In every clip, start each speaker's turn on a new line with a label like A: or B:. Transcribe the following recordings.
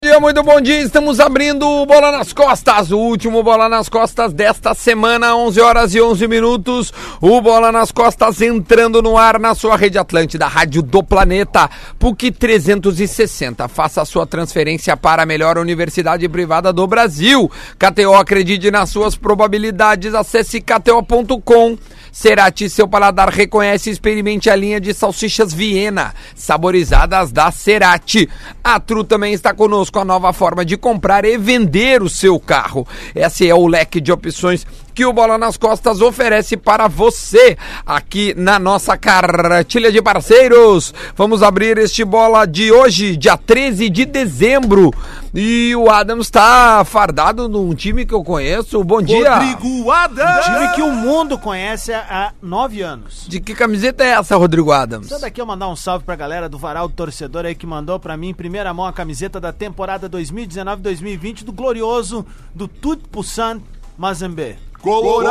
A: dia, muito bom dia. Estamos abrindo o Bola nas Costas, o último Bola nas Costas desta semana, 11 horas e 11 minutos. O Bola nas Costas entrando no ar na sua rede Atlântida, Rádio do Planeta, PUC 360. Faça a sua transferência para a melhor universidade privada do Brasil. KTO, acredite nas suas probabilidades. Acesse kto.com. Cerati, seu paladar reconhece e experimente a linha de salsichas Viena, saborizadas da Cerati. A Tru também está conosco, a nova forma de comprar e vender o seu carro. Esse é o leque de opções que o Bola nas Costas oferece para você aqui na nossa cartilha de parceiros. Vamos abrir este bola de hoje, dia 13 de dezembro. E o Adam está fardado num time que eu conheço. Bom dia.
B: Rodrigo Adams.
C: Time que o mundo conhece há nove anos.
A: De que camiseta é essa, Rodrigo Adams?
C: Só daqui eu mandar um salve pra galera do Varal do Torcedor aí que mandou pra mim em primeira mão a camiseta da temporada 2019-2020 do glorioso do Tut Pusan Mazembe.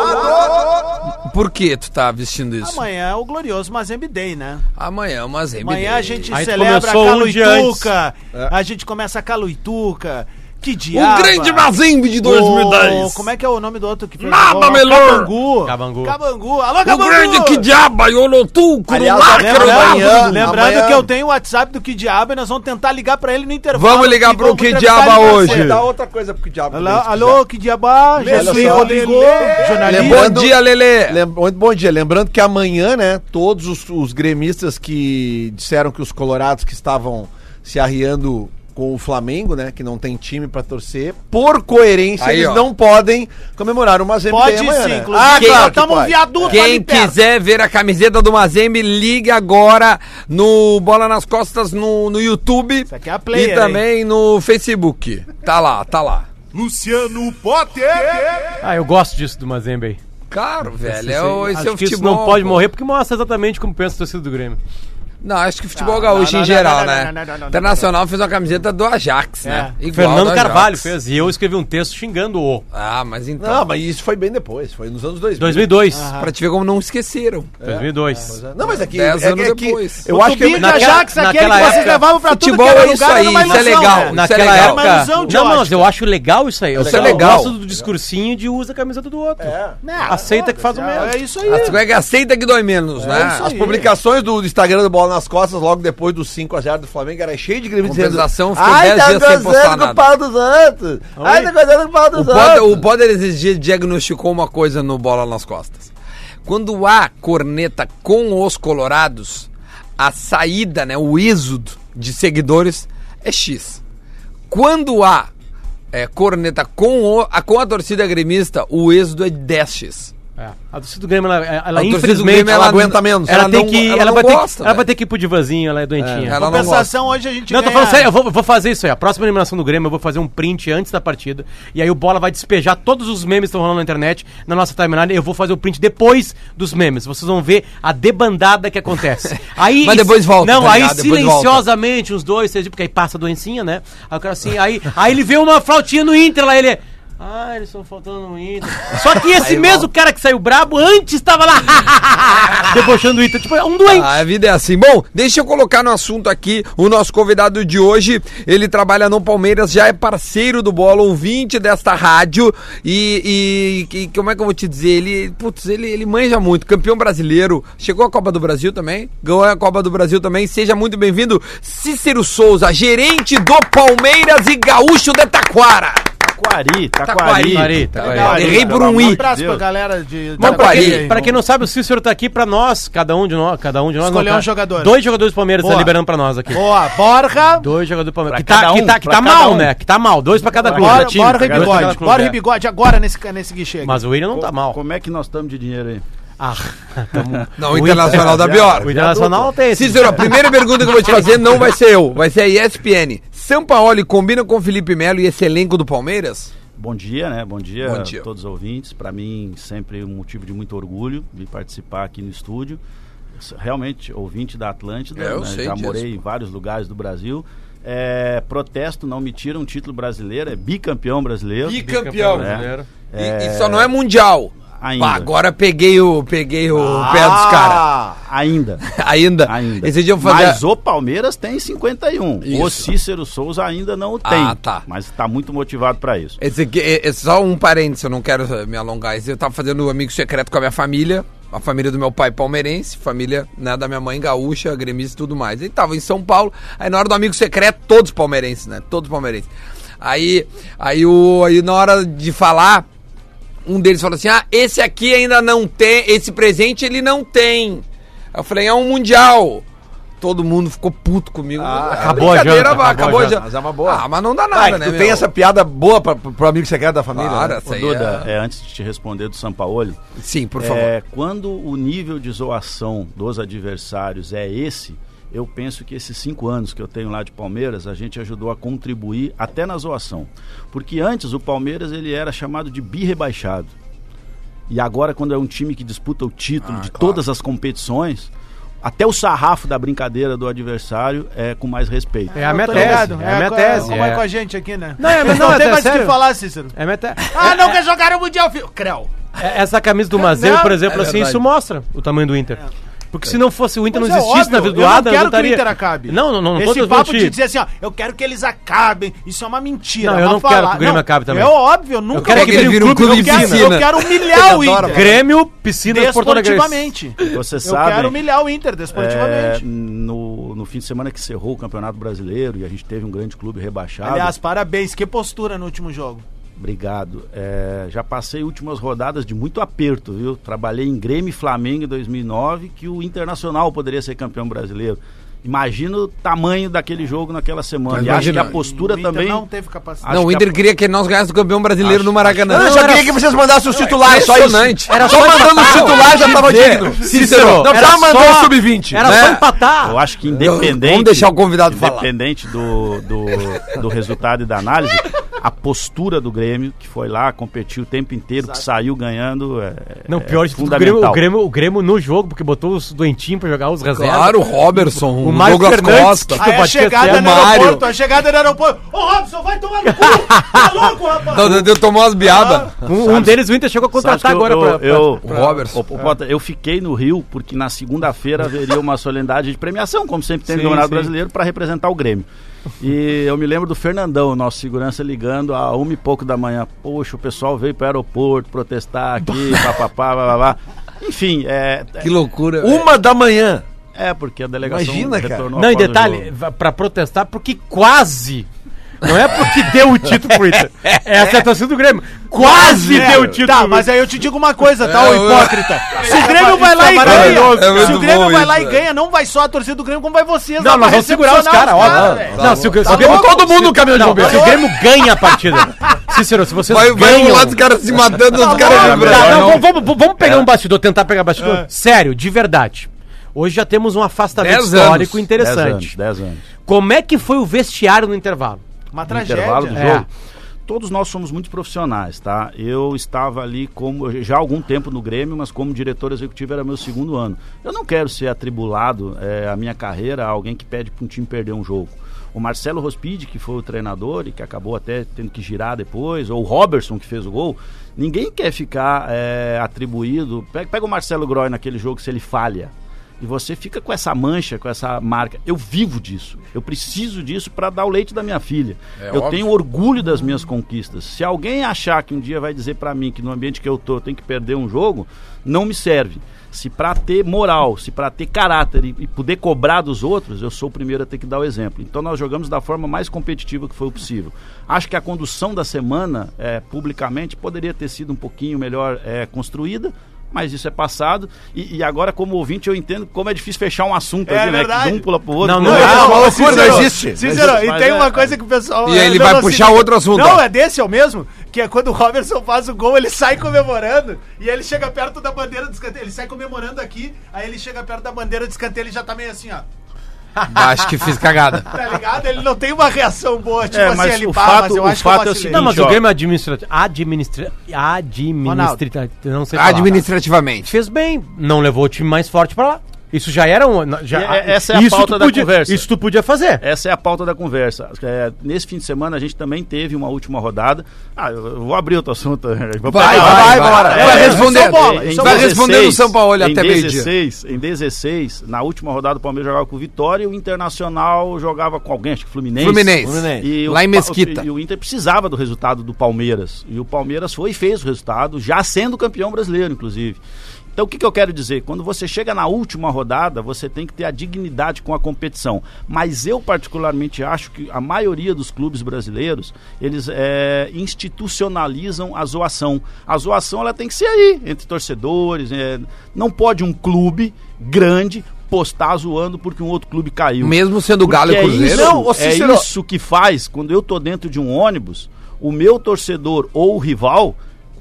B: Colorado.
A: Por que tu tá vestindo isso?
C: Amanhã é o glorioso Mazembe Day, né?
A: Amanhã, é mas aí,
C: Amanhã a gente
D: Aí tu
C: celebra a
D: começou um dia
C: Caluituca. A gente começa a Caluituca. Que
A: O
C: diabo.
A: É. Um grande Mazembe de
C: O-
A: 2010.
C: Como é que é o nome do outro que fez?
A: Nada
C: gol?
A: melhor.
C: Cabangu.
D: Cabangu.
C: Cabangu. Alô,
A: O
C: Cabangu.
A: grande que diaba, Yolotuco,
B: Aliás,
A: Lacro,
B: lembra-
A: Mazembe.
B: amanhã,
C: Lembrando, lembrando
B: amanhã.
C: que eu tenho o WhatsApp do Kidiaba e nós vamos tentar ligar pra ele no intervalo.
A: Vamos ligar
C: e
A: pro
C: vamos
A: Kidiaba
C: entrevistar ele
A: hoje.
C: parceiro.
B: Dá outra coisa pro diabo.
C: Alô,
B: também, se
C: alô Kidiaba, Jesli
B: só.
C: Rodrigo,
B: Lele.
C: jornalista.
A: Bom
B: Lembrando-
A: dia, Lelê.
B: quiser. Lem- Muito bom dia. Lembrando que amanhã, né, todos os, os gremistas que disseram que os colorados que estavam se arriando com o Flamengo, né, que não tem time pra torcer, por coerência,
A: Aí,
B: eles
A: ó.
B: não podem comemorar o Mazembe
C: Pode
B: Day
C: sim,
B: amanhã, né?
C: inclusive.
B: Ah, claro que
C: Botamos um
B: pode.
C: viaduto ali
A: Quem
C: perto.
A: quiser ver a camiseta do Mazembe, ligue agora no Bola nas Costas no, no YouTube
C: aqui é a player,
A: e também no Facebook. Tá lá, tá lá.
E: Luciano Potter.
D: Ah, eu gosto disso do Mazembe aí.
A: Claro, velho, é o- esse
D: Acho
A: é o
D: que
A: futebol.
D: isso não pode
A: pô.
D: morrer porque mostra exatamente como pensa a torcida do Grêmio.
A: Não, acho que futebol
C: Não,
A: gaúcho
C: não,
A: em
C: não,
A: geral,
C: não, não,
A: né?
C: não, não, não, não, não.
A: Internacional fez uma camiseta do Ajax, né?
C: É.
A: Igual do
D: Fernando
A: Ajax.
D: Carvalho fez e eu escrevi um texto xingando o
A: Ah, mas então.
B: Não, mas isso foi bem depois, foi nos anos 2000.
D: 2002.
C: Ah.
A: Pra te ver como não esqueceram.
D: É. 2002.
B: Não, mas aqui
A: Dez
B: é,
A: anos
B: é que
A: depois.
B: eu
C: O
B: acho que
C: Tubinho de
D: naquela-
C: Ajax, aquele que
D: naquela
C: vocês
D: época,
C: levavam pra tudo
A: futebol
C: que
A: é
C: era
A: isso
C: lugar, era
A: aí,
C: uma
A: isso é
C: ilusão,
A: legal.
C: né?
A: Isso é
D: Naquela
A: legal.
D: época.
C: É uma ilusão de
D: não,
C: ótica.
D: mas eu acho legal isso aí. Eu
A: Isso é
D: só não
A: legal.
D: gosto do discursinho de usa a camiseta do outro.
A: É.
B: É.
C: Né,
D: Aceita que faz o mesmo.
C: É isso aí.
A: As cuecas aceita que dói menos, né?
C: É isso
A: As
C: aí.
B: Publicações do, do Instagram do Bola nas Costas, logo depois do 5x0 do Flamengo, era cheio de gremistas.
A: Compensação, ficou
B: Ai,
A: 10
B: tá
A: dias sem postar
B: gozando com
A: nada.
B: o pau dos outros. Ai, tá gozando com o pau
A: O
B: dos
A: Potter,
B: outros.
A: o Potter esses dias diagnosticou uma coisa no Bola nas Costas. Quando há corneta com os colorados, a saída, né, o êxodo de seguidores é X. Quando há é, corneta com, o- a, com a torcida gremista, o êxodo é 10X.
D: É. A torcida do Grêmio, ela, ela
A: torcida do
D: infelizmente,
A: Grêmio, ela
B: aguenta menos.
D: Ela,
A: Ela
D: tem
A: não-
D: que,
A: ela
D: ela,
A: não
D: vai ter
A: gosta,
D: que, ela vai
A: velho.
D: ter que ir pro divanzinho, ela é doentinha.
A: Ela não gosta.
C: Compensação, hoje a gente
D: Não, eu tô
C: ganha-
D: falando sério, eu vou, vou fazer isso aí. A próxima eliminação do Grêmio, eu vou fazer um print antes da partida. E aí o Bola vai despejar todos os memes que estão rolando na internet, na nossa timeline. Eu vou fazer o print depois dos memes. Vocês vão ver a debandada que acontece. Aí,
A: Mas depois volta,
D: Não,
A: tá
D: aí
A: ligado? Depois volta.
D: silenciosamente, uns dois, três dias, porque aí passa a doencinha, né? Aí o cara assim, aí, aí ele vê uma flautinha no Inter lá, ele. Ah, eles estão faltando no Inter. Só que esse mesmo cara que saiu brabo antes estava lá debochando o Inter. Tipo, é um doente.
A: Ah, a vida é assim. Bom, deixa eu colocar no assunto aqui o nosso convidado de hoje. Ele trabalha no Palmeiras, já é parceiro do Bola, ouvinte desta rádio. E, e- e como é que eu vou te dizer? Ele, putz, ele, ele manja muito. Campeão brasileiro, chegou à Copa do Brasil também, ganhou a Copa do Brasil também. Seja muito bem-vindo, Cícero Souza, gerente do Palmeiras e gaúcho de Taquara. Taquari.
E: Taquari, Taquari.
D: Taquari, Taquari.
C: Taquari,
A: Errei
E: cara,
A: por um
E: pelo
C: Um
A: i.
E: amor
C: abraço pra
E: Deus.
C: galera de...
A: Mas pra
C: da-
D: Então, Pra
A: Aí,
D: quem, pra quem não sabe, o Cícero tá aqui pra nós, cada um de nós, cada um de nós.
C: Escolher
D: não,
C: um
D: tá?
C: jogador.
D: Dois jogadores do Palmeiras
C: Boa.
D: tá liberando pra nós aqui.
C: Boa, Borja,
D: Dois jogadores do Palmeiras. Que
E: Pra
D: tá,
E: cada
D: que
E: um,
D: tá, que
E: pra
D: tá
E: cada
D: mal,
E: um.
D: né? Que tá mal. Dois pra cada clube.
C: Bora,
D: né, time?
C: bora e
D: Dois pra cada
C: bigode.
D: clube,
C: Bora
D: é.
C: e bigode agora nesse, nesse guichê. aqui.
D: Mas o William não tá mal.
E: Como é que nós estamos de dinheiro aí?
D: Ah, tamo-
A: Não, o Internacional da Bior.
D: O Internacional tem esse.
A: Cícero, a primeira pergunta que eu vou te fazer não vai ser eu, vai ser a ESPN. Sampaoli combina com Felipe Melo e esse elenco do Palmeiras?
E: Bom dia, né? Bom dia,
A: Bom dia.
E: a todos os ouvintes. Para mim, sempre um motivo de muito orgulho de participar aqui no estúdio. Realmente, ouvinte da Atlântida,
A: É, eu
E: né?
A: sei
E: já
A: disso.
E: morei em vários lugares do Brasil. É, protesto, não me tira um título brasileiro, é bicampeão brasileiro.
A: Bicampeão.
E: brasileiro.
A: E, e só não é mundial.
E: Ainda.
A: Pá, agora peguei o, peguei o pé dos caras.
E: Ah, ainda.
A: Ainda.
E: Ainda. um.
A: Esse dia eu vou fazer.
E: Mas o Palmeiras tem 51. O
A: Isso.
E: Cícero Souza ainda não o tem.
A: Ah, tá.
E: Mas está muito motivado para isso.
A: Esse aqui é, é só um parênteses, eu não quero me alongar. Esse Eu tava fazendo um amigo secreto com a minha família, a família do meu pai palmeirense, família né, da minha mãe gaúcha, gremista e tudo mais. Ele tava em São Paulo, aí na hora do amigo secreto, todos palmeirenses, né? Todos palmeirenses. Aí, aí, o, aí na hora de falar, um deles falou assim: Ah, esse aqui ainda não tem, esse presente ele não tem. Aí Eu falei: É um mundial. Todo mundo ficou puto comigo. É
D: acabou a
A: brincadeira,
D: janta,
A: acabou,
D: acabou a
A: a janta.
D: janta.
B: Mas é uma boa.
A: Ah, mas não dá
B: Ah, é
A: nada,
B: que
A: né?
B: tu tem
A: meu?
B: essa piada boa pra, pro amigo secreto da família,
A: Para,
B: né?
A: essa aí
E: Duda,
A: é-
E: é, antes de te responder do Sampaoli,
A: Sim, por favor.
E: é, quando o nível de zoação dos adversários é esse, eu penso que esses cinco anos que eu tenho lá de Palmeiras, a gente ajudou a contribuir até na zoação. Porque antes o Palmeiras ele era chamado de bi-rebaixado. E agora, quando é um time que disputa o título
A: Ah,
E: de todas as competições, até o sarrafo da brincadeira do adversário é com mais respeito.
D: É a minha
C: Tô
D: tese.
C: ligado.
D: É a minha
C: co-
D: tese.
C: Como é. com a
D: é.
C: gente aqui, né?
D: Não, é, mas não,
C: não
D: é
C: tem
D: até
C: mais o que
D: sério.
C: falar, Cícero.
D: É a minha tese.
C: Ah, não quer jogar o Mundial, filho. Creu.
D: É, Essa camisa do Mazeu,
C: Não, É.
D: por exemplo,
A: é
D: assim,
A: verdade.
D: isso mostra o tamanho do Inter. Porque se não fosse o Inter,
C: Mas
D: não
C: é
D: existisse
C: óbvio,
D: na vida do
C: eu não
D: Adam,
C: quero
D: não estaria...
C: que o Inter acabe.
D: Não, não, não. não
C: Esse
D: tô
C: papo de
D: desmentindo.
C: dizer assim, ó, eu quero que eles acabem, isso é uma mentira.
D: Não, eu
C: é uma
D: não quero que o Grêmio acabe também.
C: É óbvio, eu nunca
D: quero
C: vou-
D: que vire um
A: vira
D: clube
C: eu
D: de
C: quero,
D: piscina.
C: eu quero humilhar o
B: Adoro,
C: Inter.
D: Grêmio, piscina de Porto Alegre.
C: Desportivamente.
E: Você
C: Eu
E: sabe. é,
C: quero humilhar o Inter desportivamente.
E: no, no fim de semana que encerrou o Campeonato Brasileiro e a gente teve um grande clube
D: É,
E: rebaixado.
C: Aliás, parabéns, que postura no último jogo.
E: Obrigado. É, já passei últimas rodadas de muito aperto, viu? Trabalhei em Grêmio e Flamengo em 2009, que o Internacional poderia ser campeão brasileiro. Imagina o tamanho daquele jogo naquela semana. E acho que a
A: Imagina.
E: postura
C: o Inter
E: também.
C: não teve capacidade.
A: Não, o
E: que
A: Inter
E: a-
A: queria que nós ganhássemos o campeão brasileiro
E: Acho-
A: no Maracanã.
B: Eu
A: Não,
B: já
A: era
B: queria que vocês mandassem os titulares, só isso.
A: impressionante.
D: Era
B: só
D: só
B: mandando os
D: empatar.
B: titulares já tava digno.
A: Cícero,
B: Não,
D: era
B: já mandou
D: só-
B: o sub-20.
D: Era
A: Né?
D: só empatar.
E: Eu acho que independente.
A: Vamos deixar o convidado falar.
E: Independente do, do, do resultado e da análise, a postura do Grêmio, que foi lá, competiu o tempo inteiro, que saiu ganhando. É,
D: Não,
E: é
D: pior de tudo, o
E: fundamental.
D: Grêmio, o, Grêmio, o Grêmio no jogo, porque botou os doentinhos pra jogar os reservas.
A: Claro, o Roberson, o,
D: O Mário
A: Douglas
D: Fernandes,
A: Costa.
D: que-
C: Aí a
D: batia
C: chegada
D: certo.
C: no
A: Mário.
C: aeroporto, a chegada no aeroporto. Ô, Robson, vai tomar no cu! Tá louco, rapaz?
A: Não, Deu, deu- tomou umas biadas.
D: Um, um deles o Inter chegou a
E: Sabe que
D: contratar agora
E: eu,
D: pra, pra-
E: eu,
A: pra- O Roberson.
E: Ô, ô, Potter, eu fiquei no Rio porque na segunda-feira haveria uma solenidade de premiação, como sempre tem no
D: Sim,
E: Campeonato
D: sim.
E: Brasileiro, para representar o Grêmio. E eu me lembro do Fernandão, nosso segurança, ligando a uma e pouco da manhã. Poxa, o pessoal veio para o aeroporto protestar aqui, papapá, blá, blá, blá. Enfim, é,
A: Que loucura. velho.
B: Uma da manhã.
E: é porque a delegação
B: Imagina, cara.
E: retornou
D: Não, e
E: após o
D: detalhe,
E: jogo.
D: va- pra protestar, porque quase. Não é porque deu o título pro Inter. Essa é a torcida do Grêmio. Quase
C: É,
D: deu o título
C: Tá,
D: pro
C: mas aí eu te digo uma coisa, tá, ô
A: É, eu-
C: hipócrita? Se o Grêmio vai lá e
D: Isso é
A: maravilhoso, cara.
C: ganha, se
A: É
C: o
A: muito
C: Grêmio
A: bom
C: vai lá e
A: isso,
C: ganha, não vai só a torcida do Grêmio, como vai vocês.
D: Não,
C: lá
D: nós
C: pra
D: vamos segurar os caras,
C: recepcionar os caras,
D: óbvio.
C: velho.
D: Não, se o, se o Grêmio,
B: louco?
D: todo mundo caminhou de
B: Não,
D: Uber. Se o Grêmio ganha a partida. Cícero, se vocês
A: Vai, vai um
D: ganham...
A: lado dos caras se matando, os
C: louco,
A: caras
D: Tá,
A: vibrando.
D: não, vamos, vamos-
A: É.
D: vamos pegar um bastidor, tentar pegar bastidor. Sério, de verdade. Hoje já temos um afastamento
A: Dez
D: histórico
A: anos.
E: Dez
D: interessante.
E: anos, dez anos.
D: Como é que foi o vestiário no intervalo?
C: Uma
E: No intervalo do
C: tragédia.
D: É.
E: jogo. Todos nós somos muito profissionais, tá? Eu estava ali como já há algum tempo no Grêmio, mas como diretor executivo era meu segundo ano. Eu não quero ser atribulado eh, a minha carreira a alguém que pede para um time perder um jogo. O Marcelo Rospide, que foi o treinador e que acabou até tendo que girar depois, ou o Robertson que fez o gol, ninguém quer ficar eh, atribuído. Pega, pega o Marcelo Groy naquele jogo se ele falha. E você fica com essa mancha, com essa marca. Eu vivo disso. Eu preciso disso para dar o leite da minha filha. eu
A: óbvio.
E: tenho orgulho das minhas conquistas. Se alguém achar que um dia vai dizer para mim que no ambiente que eu tô eu tenho que perder um jogo, não me serve. Se para ter moral, se para ter caráter e, e poder cobrar dos outros, eu sou o primeiro a ter que dar o exemplo. Então nós jogamos da forma mais competitiva que foi possível. Acho que a condução da semana, eh, publicamente, poderia ter sido um pouquinho melhor eh, construída mas isso é passado. E, e agora, como ouvinte, eu entendo como é difícil fechar um assunto
C: É
E: aqui, né?
C: verdade.
E: Que de um pula pro outro.
D: Não,
E: pula
D: não
E: pro outro.
B: é uma loucura,
C: Cícero,
B: não existe.
C: Cícero,
E: Mas
C: e
E: é-
C: tem uma coisa que o pessoal.
A: E aí ele
C: eu
A: vai
C: não
A: puxar
C: sei-
A: outro assunto,
C: Não,
A: ó.
C: é desse, é o mesmo. Que é quando o Robertson faz o gol, ele sai comemorando. E aí ele chega perto da bandeira do escanteio. Ele sai comemorando aqui, aí ele chega perto da bandeira do escanteio ele já tá meio assim, ó.
A: Acho que fiz cagada.
C: Tá ligado? Ele não tem uma reação boa, tipo
E: É,
C: assim,
E: mas
C: ele
E: o
C: pá,
E: fato-
C: mas eu
E: o
C: acho
E: fato é o
C: que eu vacilei.
E: seguinte,
D: Não, mas
E: ó.
D: o Grêmio administrativo. Administra, administra,
C: Ronaldo.
D: administra, não sei falar.
A: Administrativamente.
D: Fez bem, não levou o time mais forte pra lá. Isso já era um. na- Já,
E: E é- essa é a
D: isso
E: pauta
D: tu
E: da
D: podia-
E: conversa.
D: Isso tu podia fazer.
E: Essa é a pauta da conversa. É, nesse fim de semana a gente também teve uma última rodada. Ah, eu eu vou abrir outro assunto. né? Vou
A: Vai,
E: pegar-
A: vai, vai,
B: bora.
A: vai,
B: É,
A: vai
B: é,
A: responder.
C: São Paulo,
E: Em
A: Vai responder no
E: 16,
A: São Paulo
E: em
A: até meio-dia.
E: 16, Em 16, na última rodada o Palmeiras jogava com o Vitória e o Internacional jogava com alguém, acho que Fluminense.
A: Fluminense.
B: Fluminense.
E: E o
A: Lá em
E: Pa-
A: Mesquita.
E: E o Inter precisava do resultado do Palmeiras. E o Palmeiras foi e fez o resultado, já sendo campeão brasileiro, inclusive. Então, o que, que eu quero dizer? Quando você chega na última rodada, você tem que ter a dignidade com a competição. Mas eu, particularmente, acho que a maioria dos clubes brasileiros, eles eh, institucionalizam a zoação. A zoação ela tem que ser aí, entre torcedores. eh, não pode um clube grande postar zoando porque um outro clube caiu.
A: Mesmo sendo Galo e
E: Porque
A: Cruzeiro?
E: É
B: Não, ô,
E: isso, é
B: Cícero-
E: isso que faz quando eu tô dentro de um ônibus, o meu torcedor ou o rival,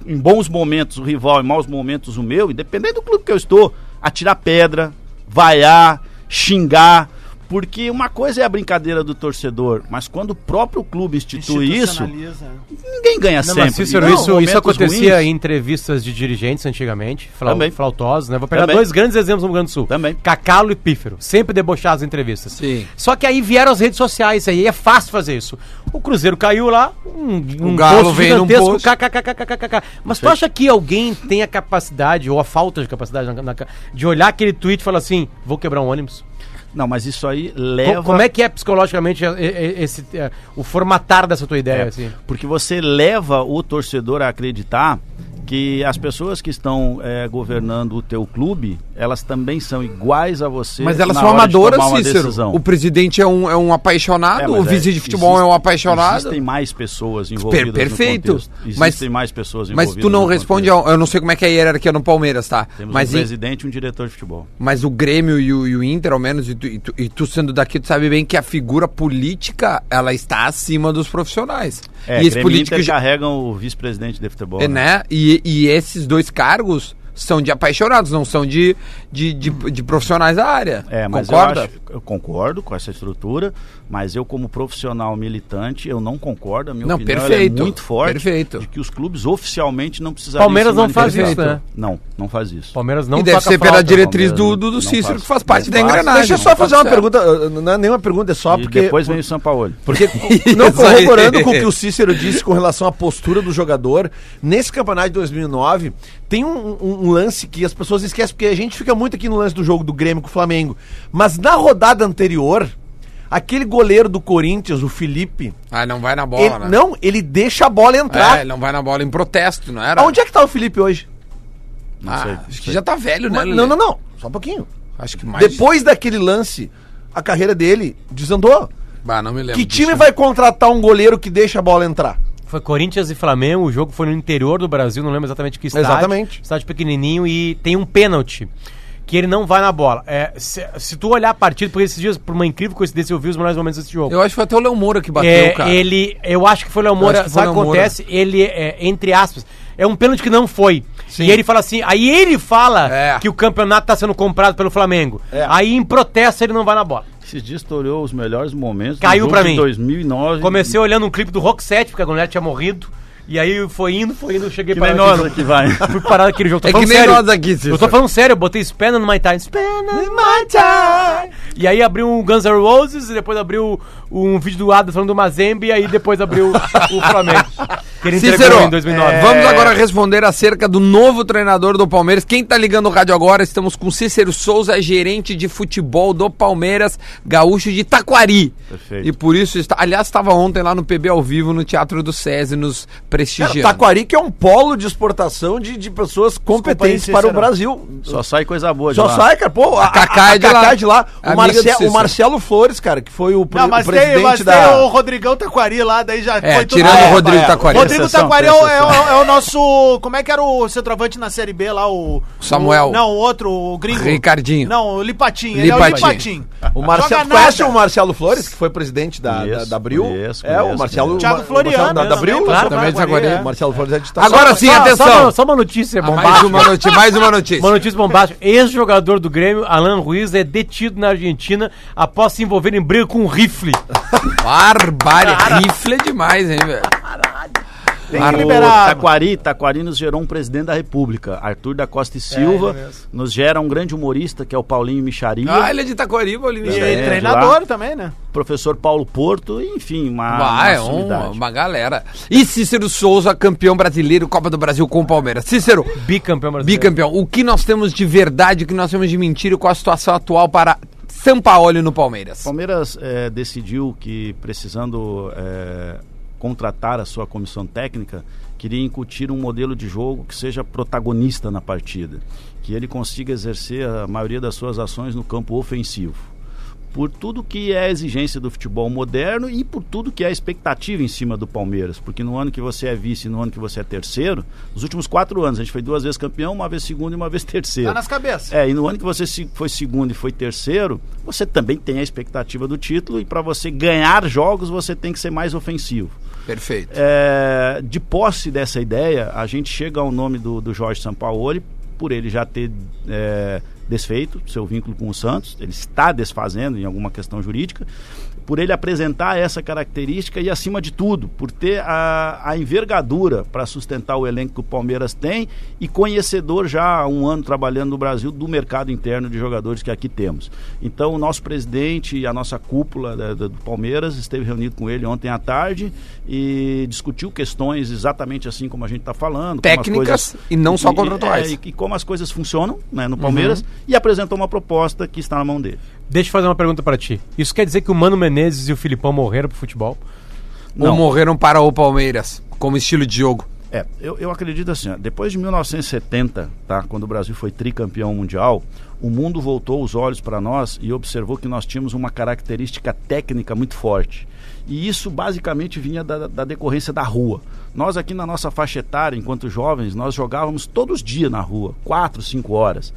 E: em bons momentos o rival, em maus momentos o meu, independente do clube que eu estou, atirar pedra, vaiar, xingar. Porque uma coisa é a brincadeira do torcedor, mas quando o próprio clube institui isso,
C: Institucionaliza.
E: ninguém ganha
D: Não,
E: sempre.
D: mas Cícero,
E: Não,
D: isso,
E: momentos
D: isso acontecia
E: ruins,
D: em entrevistas de dirigentes antigamente, flau,
E: Também.
D: flautosos, né? Vou pegar
E: Também.
D: dois grandes exemplos no Rio Grande do Sul.
E: Também.
D: Cacalo e Pífero, sempre debochados em entrevistas.
A: Sim.
D: Só que aí vieram as redes sociais, aí é fácil fazer isso. O Cruzeiro caiu lá, um, um
A: Galo
D: poço
A: veio num
D: gigantesco,
A: poço.
D: kkkkkkk. Mas tu acha que alguém tem a capacidade, ou a falta de capacidade, na- na- de olhar aquele tweet e falar assim, vou quebrar um ônibus?
E: Não, mas isso aí
D: Co-
E: leva
D: Como é que é psicologicamente é, é, é, esse, é, o formatar dessa tua ideia,
E: É,
D: assim?
E: Porque você leva o torcedor a acreditar que as pessoas que estão eh, governando o teu clube, elas também são iguais a você.
A: Mas elas
E: na
A: são
E: hora de
A: amadoras,
E: tomar uma
A: Cícero.
E: decisão.
A: O presidente é um, é um
E: É,
A: apaixonado,
E: mas
A: o
E: é,
A: vice de futebol é um
E: existe-
A: apaixonado.
E: Existem mais pessoas envolvidas no
A: perfeito,
E: contexto. Existem
A: mas-
E: mais pessoas envolvidas
A: Mas tu não
E: no
A: responde,
E: contexto.
A: ao, eu não sei como é que é a hierarquia no Palmeiras, tá?
E: Temos
A: Mas,
E: um
A: em-
E: presidente e um diretor de futebol.
A: mas o Grêmio e o, e o Inter, ao menos, e tu, e tu- e tu sendo daqui, tu sabe bem que a figura política, ela está acima dos profissionais.
E: É,
A: e esse
E: Grêmio e
A: político
E: Inter
A: já,
E: carregam o vice-presidente de futebol.
A: é, né? E, e esses dois cargos são de apaixonados, não são de, de, de, de profissionais da área.
E: É, mas
A: Concorda?
E: Eu, acho- eu concordo com essa estrutura, mas eu como profissional militante, eu não concordo, a minha
A: Não,
E: opinião ela
A: perfeito,
E: é muito forte
A: perfeito.
E: de que os clubes oficialmente não precisariam
D: Palmeiras
E: se
D: não faz isso, né?
E: manifestar. Não, não faz isso.
D: Palmeiras não
A: e deve
D: toca
A: ser pela
D: flauta.
A: diretriz do,
E: Palmeiras,
A: do, do
E: não
A: Cícero,
E: faz-
A: que faz parte
E: não
A: da
E: faz.
A: engrenagem.
B: Deixa eu só
A: é. Ah, não
B: fazer
A: faz
B: uma
A: certo.
B: pergunta, eh, não é nenhuma pergunta, é só
E: E
B: porque...
E: depois vem o São Paulo.
B: Porque, não
A: Isso aí.
B: corroborando com o que o Cícero disse com relação à postura do jogador, nesse campeonato de 2009, tem um, um- um lance que as pessoas esquecem, porque a gente fica muito aqui no lance do jogo do Grêmio com o Flamengo. Mas na rodada anterior, aquele goleiro do Corinthians, o Felipe,
A: Ah, não vai na bola,
B: ele-
A: né?
B: não, ele deixa a bola
A: É,
B: entrar.
A: ele não vai na bola em protesto, não era?
B: Onde é que tá o Felipe hoje?
E: Não sei,
A: Ah,
E: não
A: acho que
E: sei.
A: já tá velho, né?
B: Mas-
A: Lelê?
B: não, não, não, só um pouquinho.
A: Acho que mais.
B: Depois daquele lance, a carreira dele desandou.
A: Bah, não me lembro.
B: Que time
A: disso.
B: vai contratar um goleiro que deixa a bola entrar?
D: Foi Corinthians e Flamengo, o jogo foi no interior do Brasil, não lembro exatamente que estádio.
B: Exatamente.
D: Estádio pequenininho e tem um pênalti que ele não vai na bola. É, se, se tu olhar a partida, porque esses dias, por uma incrível coincidência, eu vi os melhores momentos desse jogo.
A: Eu acho que foi até o Léo Moura que bateu,
D: É,
A: cara.
D: ele, eu acho que foi o Léo
A: Eu
D: Moura.
A: acho que foi
D: Sabe o que
A: Léo Moura.
D: acontece? Ele, é, entre aspas, é um pênalti que não foi. E ele fala assim, aí ele fala
A: É.
D: que o campeonato tá sendo comprado pelo Flamengo.
B: É.
D: Aí em protesto ele não vai na bola.
E: Esses dias estourou os melhores momentos. do
D: Caiu
E: jogo
D: pra
E: de
D: mim.
E: 2009.
D: Comecei olhando um clipe do Roxette, porque a mulher tinha morrido. E aí foi indo, foi indo, cheguei
E: que nem
D: lá,
E: nós né? aqui vai.
D: Fui parar naquele jogo. Tô
A: É que
D: falando
A: nem
D: sério.
A: nós aqui, Cícero.
D: Eu tô falando sério, eu botei Spanner no My Time. Spanner no My Time. E aí abriu um Guns N' Roses, e depois abriu um vídeo do Adam falando do Mazembe, e aí depois abriu o Flamengo. Que ele entregou
A: Cícero,
D: em 2009.
A: é, vamos agora responder acerca do novo treinador do Palmeiras. Quem tá ligando o rádio agora, estamos com Cícero Souza, gerente de futebol do Palmeiras, gaúcho de Taquari.
E: Perfeito.
A: E por isso, está... aliás, estava ontem lá no PB ao vivo, no Teatro do SESI, nos
B: Cara,
A: prestigiando.
B: Taquari que é um polo de exportação de, de pessoas competentes
C: aí,
B: para o
C: Cícero.
B: Brasil.
E: Só sai coisa boa de
B: Só
E: lá.
B: sai, cara. Pô, a,
A: Cacá é de lá.
B: O,
A: Amiga
B: Marce-
A: do Cícero.
B: o Marcelo Flores, cara, que foi o, pre-
C: Não, mas,
B: o presidente
C: tem, mas
B: da.
C: tem o Rodrigão Taquari lá, daí já
A: É,
C: tudo-
A: tirando
C: Ah,
A: o Rodrigo
B: é,
A: Taquari.
C: Rodrigo
E: Exceção,
C: Taquari é,
E: tem
C: o- é o-
E: exceção.
C: é o nosso. Como é que era o centroavante na Série B lá? O.
A: Samuel.
C: o- não, o outro, o gringo.
A: Ricardinho.
C: Não, o Lipatinho. Ele é o
A: Lipatinho.
C: Lipatinho.
B: O Marcelo,
C: Joga nada.
B: conhece o Marcelo Flores, que foi presidente da, da,
E: Conheço,
B: da Abril?
E: conheço,
B: é, o
E: conheço,
B: Marcelo.
E: conheço.
B: o
C: Thiago
B: Mar- o
C: Floriano né,
B: Marcelo da, da
C: também,
B: Abril?
D: claro,
A: também de Taquari,
B: É,
A: é.
B: o Marcelo Flores é de Itaçá.
A: Agora sim,
D: Só
A: atenção. Ah,
D: uma, só uma notícia
A: mais
D: bombástica.
A: uma notícia, mais uma notícia.
D: é Uma notícia bombástica. Ex-jogador do Grêmio, Alan Ruiz, é detido na Argentina após se envolver em briga com um rifle.
A: Barbárie. Rifle é demais, hein, velho?
E: Tem
C: Tem que
E: o
C: liberar.
E: Taquari, Taquari nos gerou um presidente da República, Arthur da Costa
D: É,
E: e Silva. nos gera um grande humorista, que é o Paulinho Micharia.
A: Ah, ele é de É. Itacoariba,
C: E
E: Também,
A: Oliveira.
E: de
C: treinador
E: lá.
C: também, né?
E: professor Paulo Porto, enfim, uma,
A: Vai,
E: uma
A: um-
E: sumidade.
A: uma galera. E Cícero Souza, campeão brasileiro, Copa do Brasil com o Palmeiras. Cícero,
D: Bicampeão brasileiro.
A: bicampeão, o que nós temos de verdade, o que nós temos de mentira e qual a situação atual para Sampaoli no Palmeiras?
E: Palmeiras eh, decidiu que precisando eh, contratar a sua comissão técnica, queria incutir um modelo de jogo que seja protagonista na partida, que ele consiga exercer a maioria das suas ações no campo ofensivo. Por tudo que é a exigência do futebol moderno e por tudo que é a expectativa em cima do Palmeiras. Porque no ano que você é vice e no ano que você é terceiro, nos últimos quatro anos, a gente foi duas vezes campeão, uma vez segundo e uma vez terceiro.
C: Tá nas cabeças.
E: É, e no ano que você se- foi segundo e foi terceiro, você também tem a expectativa do título e para você ganhar jogos você tem que ser mais ofensivo.
A: Perfeito.
E: É, de posse dessa ideia, a gente chega ao nome do, do Jorge Sampaoli, por ele já ter é, desfeito seu vínculo com o Santos, ele está desfazendo em alguma questão jurídica, por ele apresentar essa característica e, acima de tudo, por ter a, a envergadura para sustentar o elenco que o Palmeiras tem e conhecedor já há um ano trabalhando no Brasil do mercado interno de jogadores que aqui temos. Então, o nosso presidente e a nossa cúpula da- da- do Palmeiras esteve reunido com ele ontem à tarde e discutiu questões exatamente assim como a gente está falando. como as
A: Técnicas e não só contratuais. Uhum.
E: E, é, e- e como as coisas funcionam né, no Palmeiras e apresentou uma proposta que está na mão dele.
D: Deixa eu fazer uma pergunta pra ti. Isso quer dizer que o Mano Menezes e o Filipão morreram pro futebol?
A: Ou morreram para o Palmeiras, como estilo de jogo?
E: É, eu, eu acredito assim, ó, depois de 1970, tá, quando o Brasil foi tricampeão mundial, o mundo voltou os olhos para nós e observou que nós tínhamos uma característica técnica muito forte. E isso basicamente vinha da, da decorrência da rua. Nós aqui na nossa faixa etária, enquanto jovens, nós jogávamos todos os dias na rua, quatro, cinco horas.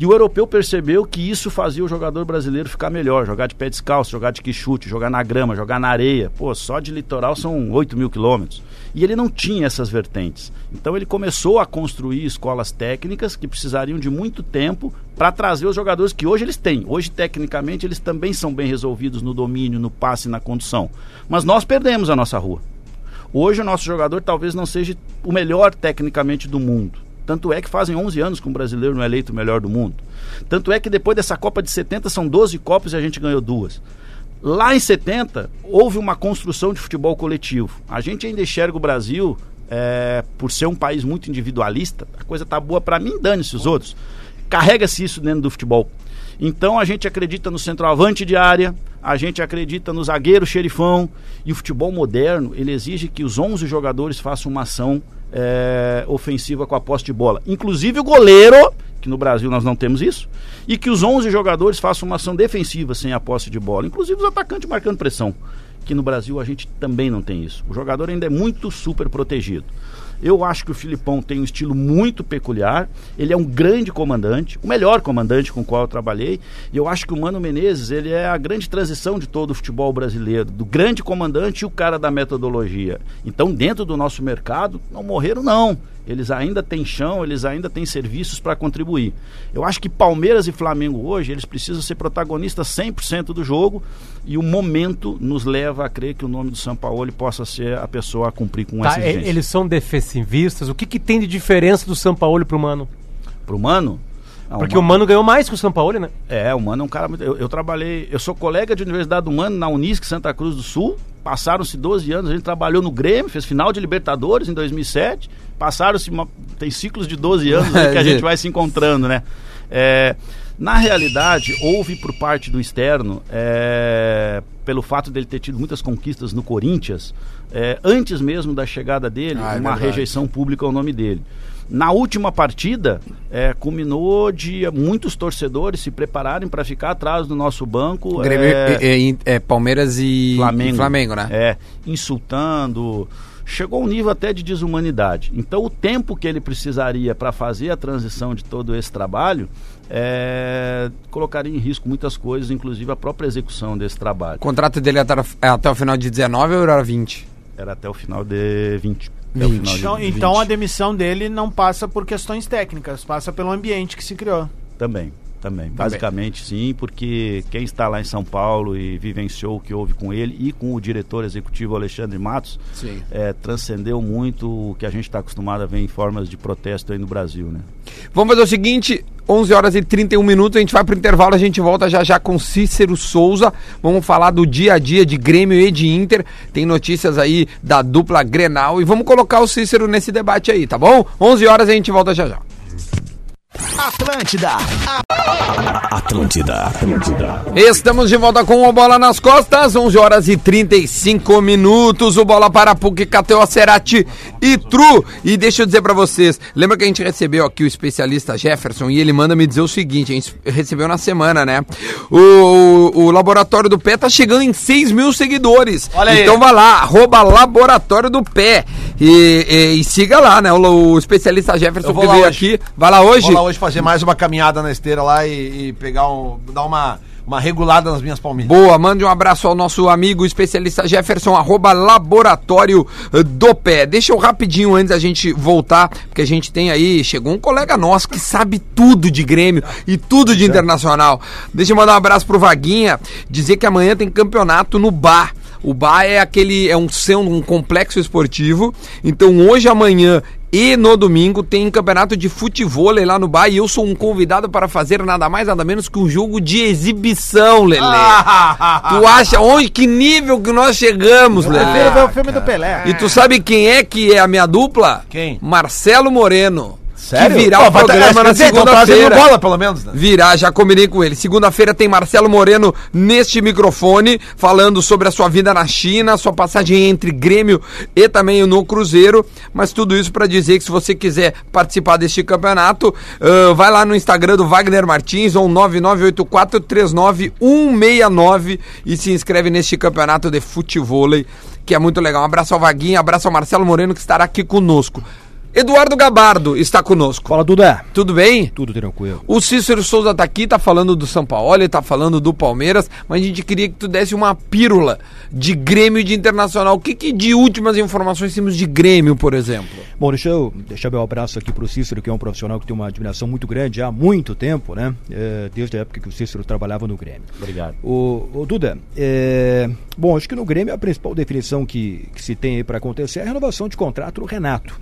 E: E o europeu percebeu que isso fazia o jogador brasileiro ficar melhor, jogar de pé descalço, jogar de quichute, jogar na grama, jogar na areia. Pô, só de litoral são 8 mil quilômetros. E ele não tinha essas vertentes. Então ele começou a construir escolas técnicas que precisariam de muito tempo para trazer os jogadores que hoje eles têm. Hoje, tecnicamente, eles também são bem resolvidos no domínio, no passe, na condução. Mas nós perdemos a nossa rua. Hoje o nosso jogador talvez não seja o melhor tecnicamente do mundo. Tanto é que fazem 11 anos que um brasileiro não é eleito o melhor do mundo. Tanto é que depois dessa Copa de 70 são 12 Copas e a gente ganhou duas. Lá em 70 houve uma construção de futebol coletivo. A gente ainda enxerga o Brasil é, por ser um país muito individualista. A coisa tá boa para mim, dane-se os outros. Carrega-se isso dentro do futebol. Então a gente acredita no centroavante de área, a gente acredita no zagueiro xerifão. E o futebol moderno, ele exige que os 11 jogadores façam uma ação eh, ofensiva com a posse de bola. Inclusive o goleiro, que no Brasil nós não temos isso, e que os 11 jogadores façam uma ação defensiva sem a posse de bola. Inclusive os atacantes marcando pressão, que no Brasil a gente também não tem isso. O jogador ainda é muito super protegido. Eu acho que o Filipão tem um estilo muito peculiar. Ele é um grande comandante, o melhor comandante com o qual eu trabalhei. E eu acho que o Mano Menezes ele é a grande transição de todo o futebol brasileiro, do grande comandante e o cara da metodologia. Então, dentro do nosso mercado, não morreram, não. Eles ainda têm chão, eles ainda têm serviços para contribuir. Eu acho que Palmeiras e Flamengo hoje, eles precisam ser protagonistas 100% do jogo e o momento nos leva a crer que o nome do Sampaoli possa ser a pessoa a cumprir com
D: Tá,
E: essa
D: e-
E: exigência.
D: eles são defensivistas. O que, que tem de diferença do Sampaoli pro Mano?
E: pro Mano. Não,
D: Porque o Mano ganhou mais que o Sampaoli, né?
E: É, o Mano é um cara muito. Eu, eu trabalhei. Eu sou colega de Universidade do Mano na Unisc, Santa Cruz do Sul. Passaram-se 12 anos, a gente trabalhou no Grêmio, fez final de Libertadores em 2007. Passaram-se. uma- Tem ciclos de 12 anos aí que a gente vai se encontrando, né? É, na realidade, houve por parte do externo, é, pelo fato dele ter tido muitas conquistas no Corinthians, é, antes mesmo da chegada dele,
A: Ah, é
E: uma
A: verdade.
E: rejeição rejeição pública ao nome dele. Na última partida, eh, culminou de muitos torcedores se prepararem para ficar atrás do nosso banco.
A: Grêmio,
E: eh,
A: é, é, é, Palmeiras e
E: Flamengo.
A: e Flamengo né?
E: É, insultando. Chegou a um nível até de desumanidade. Então, o tempo que ele precisaria para fazer a transição de todo esse trabalho eh, colocaria em risco muitas coisas, inclusive a própria execução desse trabalho.
A: O contrato dele até, até o final de 19 ou era 20?
E: Era até o final de 20. Até o
A: 20.
E: final de
C: Então,
E: 20.
C: então a demissão dele não passa por questões técnicas, passa pelo ambiente que se criou.
E: Também. Também, basicamente sim, porque quem está lá em São Paulo e vivenciou o que houve com ele e com o diretor executivo Alexandre Matos,
B: Sim.
E: eh, transcendeu muito o que a gente está acostumado a ver em formas de protesto aí no Brasil, né?
A: Vamos fazer o seguinte, 11 horas e 31 minutos, a gente vai pro intervalo, a gente volta já já com Cícero Souza. Vamos falar do dia a dia de Grêmio e de Inter. Tem notícias aí da dupla Grenal e vamos colocar o Cícero nesse debate aí, tá bom? 11 horas a gente volta já já.
F: Atlântida. Atlântida. Atlântida.
A: Estamos de volta com o Bola nas Costas, 11 horas e 35 minutos. O Bola para PUC, KTO, Cerati e Tru. E deixa eu dizer pra vocês, lembra que a gente recebeu aqui o especialista Jefferson e ele manda me dizer o seguinte, a gente recebeu na semana, né? O, o Laboratório do Pé tá chegando em 6 mil seguidores.
G: Olha aí.
A: Então vai lá, arroba Laboratório do Pé. E, e- e siga lá, né? O, o especialista Jefferson
B: Eu vou
A: que
B: lá
A: veio
B: hoje.
A: aqui. Vai lá hoje?
B: Vou lá hoje fazer mais uma caminhada na esteira lá e, e pegar um. dar uma, uma regulada nas minhas palmeiras.
A: Boa, mande um abraço ao nosso amigo especialista Jefferson, arroba Laboratório eh, do Pé. Deixa eu rapidinho antes da gente voltar, porque a gente tem aí, chegou um colega nosso que sabe tudo de Grêmio e tudo de Internacional. Deixa eu mandar um abraço pro Vaguinha, dizer que amanhã tem campeonato no bar. O bar é aquele, é um, cen- um complexo esportivo, então hoje, amanhã e no domingo tem campeonato de futebol lá no bar e eu sou um convidado para fazer nada mais, nada menos que um jogo de exibição, Lelê.
B: Ah,
A: Tu acha onde que nível que nós chegamos,
B: É.
C: Primeiro ver
A: Lelê?
C: o filme do Pelé.
A: E tu sabe quem é que é a minha dupla?
B: Quem?
A: Marcelo Moreno. Que virá
B: virar
A: o programa na
B: então
A: segunda-feira.
B: bola, pelo menos, né?
A: Virá, já combinei com ele. Segunda-feira tem Marcelo Moreno neste microfone, falando sobre a sua vida na China, sua passagem entre Grêmio e também no Cruzeiro. Mas tudo isso para dizer que se você quiser participar deste campeonato, ah, vai lá no Instagram do Wagner Martins ou 998439169 e se inscreve neste campeonato de futevôlei, que é muito legal. Um abraço ao Vaguinho, um abraço ao Marcelo Moreno que estará aqui conosco. Eduardo Gabardo está conosco.
G: Fala, Duda.
A: Tudo bem?
G: Tudo tranquilo.
A: O Cícero Souza tá aqui, tá falando do São Paulo, ele tá falando do Palmeiras, mas a gente queria que tu desse uma pílula de Grêmio e de Internacional. O que, que de últimas informações temos de Grêmio, por exemplo?
G: Bom, deixa eu deixar meu abraço aqui pro Cícero, que é um profissional que tem uma admiração muito grande há muito tempo, né? É, desde a época que o Cícero trabalhava no Grêmio.
E: Obrigado.
G: O, o Duda, é, bom, acho que no Grêmio a principal definição que, que se tem aí para acontecer é a renovação de contrato do Renato,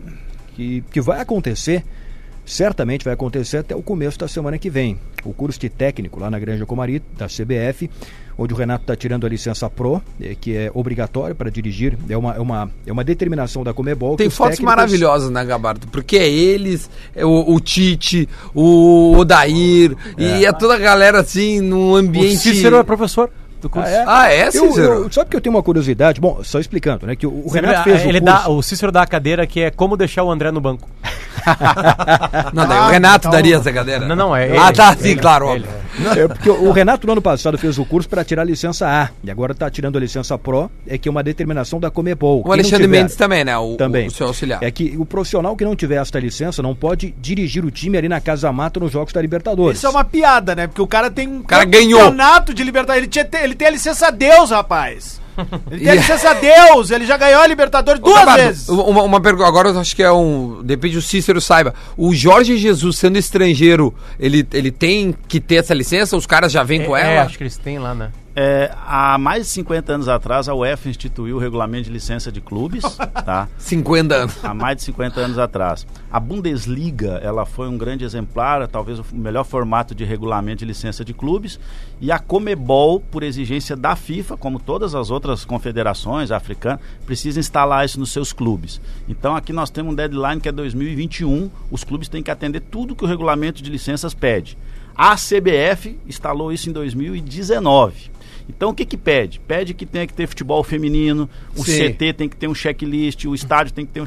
G: que, que vai acontecer, certamente vai acontecer até o começo da semana que vem. O curso de técnico lá na Granja Comari, da CBF, onde o Renato está tirando a licença PRO, eh, que é obrigatório para dirigir, é uma, é, uma, é uma determinação da Comebol.
A: Tem
G: que os
A: fotos
G: técnicos-
A: maravilhosas, né, Gabardo? Porque é eles, é o, o Tite, o Odair, e é toda a galera assim, num ambiente.
D: Cícero é professor do curso.
G: Ah, é?
A: Ah, é,
G: Eu-
A: Cícero?
G: eu- sabe que eu tenho uma curiosidade? Bom, só explicando, né? Que o, o
D: Você
G: Renato
D: vê,
G: fez
D: é, ele
G: o
D: dá,
G: curso.
D: o Cícero dá a cadeira que é como deixar o André no banco.
A: Não, daí o Renato daria essa galera.
D: Não, não, é
A: Ah,
D: ele,
A: tá, sim,
D: ele,
A: claro.
D: ele.
A: óbvio.
G: É porque o Renato no ano passado fez o curso para tirar a licença A e agora está tirando a licença Pro, é que é uma determinação da Comebol. Quem
A: O
G: não
A: Alexandre
G: tiver-
A: Mendes também, né? O,
G: também.
A: o seu auxiliar.
G: É que o profissional que não tiver esta licença não pode dirigir o time ali na Casa Mata nos jogos da Libertadores.
C: Isso é uma piada, né? Porque o cara tem um
A: cara ganhou.
C: campeonato de Libertadores. Ele, tinha, te- ele tem a licença Deus, rapaz. Ele tem a licença Deus. Ele já ganhou a Libertadores
A: Ô,
C: duas
A: Gabardo,
C: vezes.
A: Uma, uma pergunta, agora eu acho que é um. Depende o Cícero saiba. O Jorge Jesus, sendo estrangeiro, ele, ele tem que ter essa licença? Os caras já vêm com
D: É,
A: ela?
D: é, acho que eles têm lá, né?
E: É, há mais de 50 anos atrás, a UEFA instituiu o regulamento de licença de clubes, tá?
A: 50 anos.
E: há mais de 50 anos atrás. A Bundesliga, ela foi um grande exemplar, talvez o f- melhor formato de regulamento de licença de clubes, e a Comebol, por exigência da FIFA, como todas as outras confederações africanas, precisa instalar isso nos seus clubes. Então aqui nós temos um deadline que é 2021, os clubes têm que atender tudo que o regulamento de licenças pede. A CBF instalou isso em 2019. Então o que que pede? Pede que tenha que ter futebol feminino, o
A: Sim.
E: CT tem que ter um checklist, o estádio tem que ter um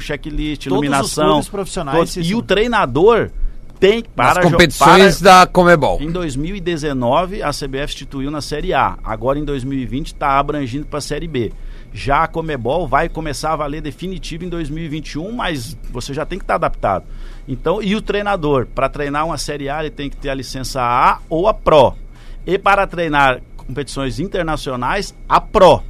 C: Todos os
E: checklist, iluminação.
C: clubes profissionais,
E: todos. e
C: Cícero.
E: o treinador tem para
A: As
E: jo-
A: competições
E: para-
A: da Comebol.
E: Em 2019 a CBF instituiu na Série A. Agora em 2020 está tá abrangindo para a Série B. Já a Comebol vai começar a valer definitivo em 2021, mas você já tem que estar adaptado. Então, e o treinador, para treinar uma Série A, ele tem que ter a licença A ou a Pro. E para treinar competições internacionais, a Pro.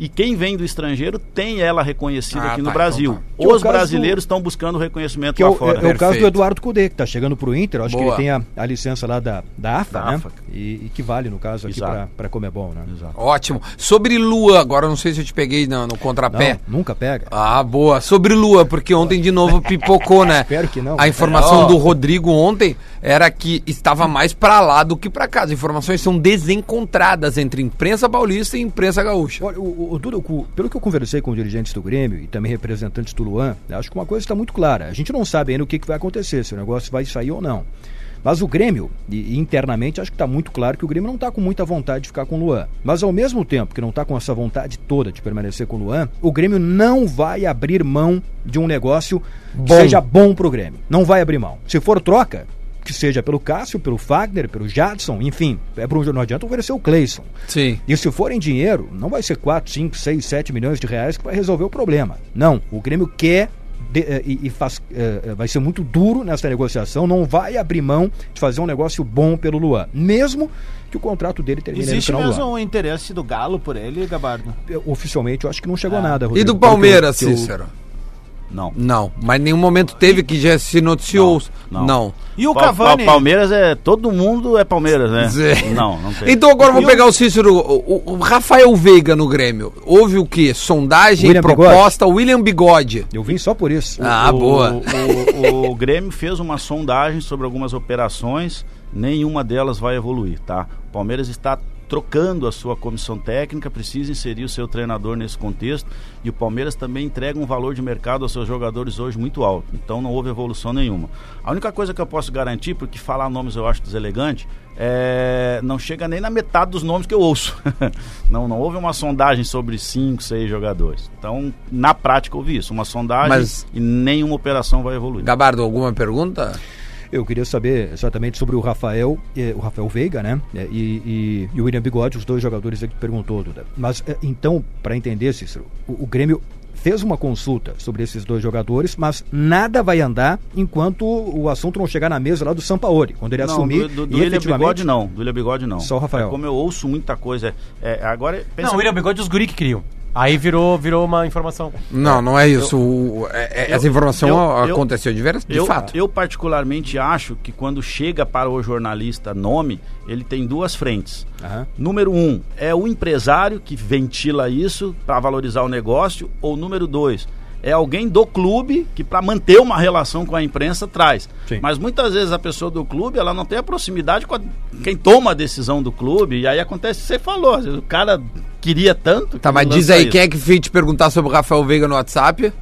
E: E quem vem do estrangeiro tem ela reconhecida
A: Ah,
E: aqui
A: tá,
E: no Brasil.
A: então
G: Que é o
E: Os
G: caso-
E: brasileiros estão buscando reconhecimento
G: Que é
E: lá
G: o, é-
E: fora.
G: é o caso do
A: Perfeito.
G: Eduardo Cudê, que está chegando para o Inter, eu acho
A: Boa.
G: que ele tem a, a licença lá da, da AFA,
E: Da
G: né?
E: AFA.
G: E, e que vale, no caso, aqui
E: Exato.
G: para Comebol, né?
E: Exato.
A: Ótimo. Sobre Lua, agora eu não sei se eu te peguei no, no
G: Não,
A: contrapé.
G: nunca pega.
A: Ah, boa. Sobre Lua, porque ontem de novo pipocou, né?
G: Espero que não. É,
A: A informação
G: Ó.
A: do Rodrigo ontem era que estava mais pra lá do que pra cá. As informações são desencontradas entre imprensa paulista e imprensa gaúcha.
G: Olha, o, o- o Duda, o cu- pelo que eu conversei com dirigentes do Grêmio e também representantes do Luan, né, acho que uma coisa está muito clara. A gente não sabe ainda o que, que vai acontecer, se o negócio vai sair ou não. Mas o Grêmio, e, e internamente, acho que está muito claro que o Grêmio não está com muita vontade de ficar com o Luan. Mas ao mesmo tempo que não está com essa vontade toda de permanecer com o Luan, o Grêmio não vai abrir mão de um negócio que
A: Bom.
G: seja bom pro Grêmio. Não vai abrir mão. Se for troca, que seja pelo Cássio, pelo Fagner, pelo Jadson, enfim, é pro, não adianta oferecer o Cleison.
A: Sim.
G: E se for em dinheiro, não vai ser 4, 5, 6, 7 milhões de reais que vai resolver o problema. Não, o Grêmio quer de- eh, e, e faz, eh, eh, vai ser muito duro nessa negociação, não vai abrir mão de fazer um negócio bom pelo Luan, mesmo que o contrato dele termine
C: Existe
G: no final
C: mesmo
G: do ano.
C: um interesse do Galo por ele, Gabardo?
G: Eu, Oficialmente eu acho que não
C: Ah.
G: chegou a nada,
A: E
G: Rodrigo.
A: do
G: Pelo que eu-
A: Palmeiras,
G: que eu-
A: Cícero?
E: Não.
A: Não. Mas em nenhum momento teve que já se noticiou. Não.
E: Não, não.
C: E o
E: Pa- pa-
C: Cavani?
E: Palmeiras é. Todo mundo é Palmeiras, né?
A: Zé.
E: Não, não tem.
A: Então agora eu vou
C: E
A: pegar o Cícero, o, o- o Rafael Veiga no Grêmio. Houve o quê? Sondagem,
G: William
A: proposta, William Bigode.
G: Eu vim só por isso.
A: Ah,
E: o,
A: boa.
E: O, o Grêmio fez uma sondagem sobre algumas operações, nenhuma delas vai evoluir, tá? O Palmeiras está trocando a sua comissão técnica, precisa inserir o seu treinador nesse contexto e o Palmeiras também entrega um valor de mercado aos seus jogadores hoje muito alto. Então não houve evolução nenhuma. A única coisa que eu posso garantir, porque falar nomes eu acho deselegante, é, não chega nem na metade dos nomes que eu ouço. não, não houve uma sondagem sobre cinco, seis jogadores. Então, na prática, houve isso. Uma sondagem
A: Mas-
E: e nenhuma operação vai evoluir.
A: Gabardo, alguma pergunta?
G: Eu queria saber exatamente sobre o Rafael, eh, o Rafael Veiga, né? Eh, E, e- e o William Bigode, os dois jogadores aí que tu perguntou, Duda. Mas eh, então, para entender, Cícero, o, o Grêmio fez uma consulta sobre esses dois jogadores, mas nada vai andar enquanto o assunto não chegar na mesa lá do Sampaoli, quando ele
E: não, do,
G: assumir.
E: do, do
G: e
E: William
G: efetivamente-
E: Bigode não. Do William Bigode não.
G: Só o Rafael.
E: É como eu ouço muita coisa. é- é, agora, pensa-
D: Não, o William Bigode os guri que criam. Aí virou, virou uma informação.
A: Não, não é isso. O- é- é- essa informação
E: eu- eu-
A: aconteceu de, ver, de
E: eu,
A: fato.
E: eu particularmente acho que quando chega para o jornalista nome, ele tem duas frentes.
G: Aham.
E: Número um, é o empresário que ventila isso para valorizar o negócio. Ou número dois, é alguém do clube que para manter uma relação com a imprensa traz.
G: Sim.
E: Mas muitas vezes a pessoa do clube, ela não tem a proximidade com a- quem toma a decisão do clube. E aí acontece o que você falou, às vezes o cara queria tanto...
A: Tá,
E: que
A: mas
E: lança
A: diz aí,
E: isso.
A: quem é que veio te perguntar sobre o Rafael Veiga no WhatsApp?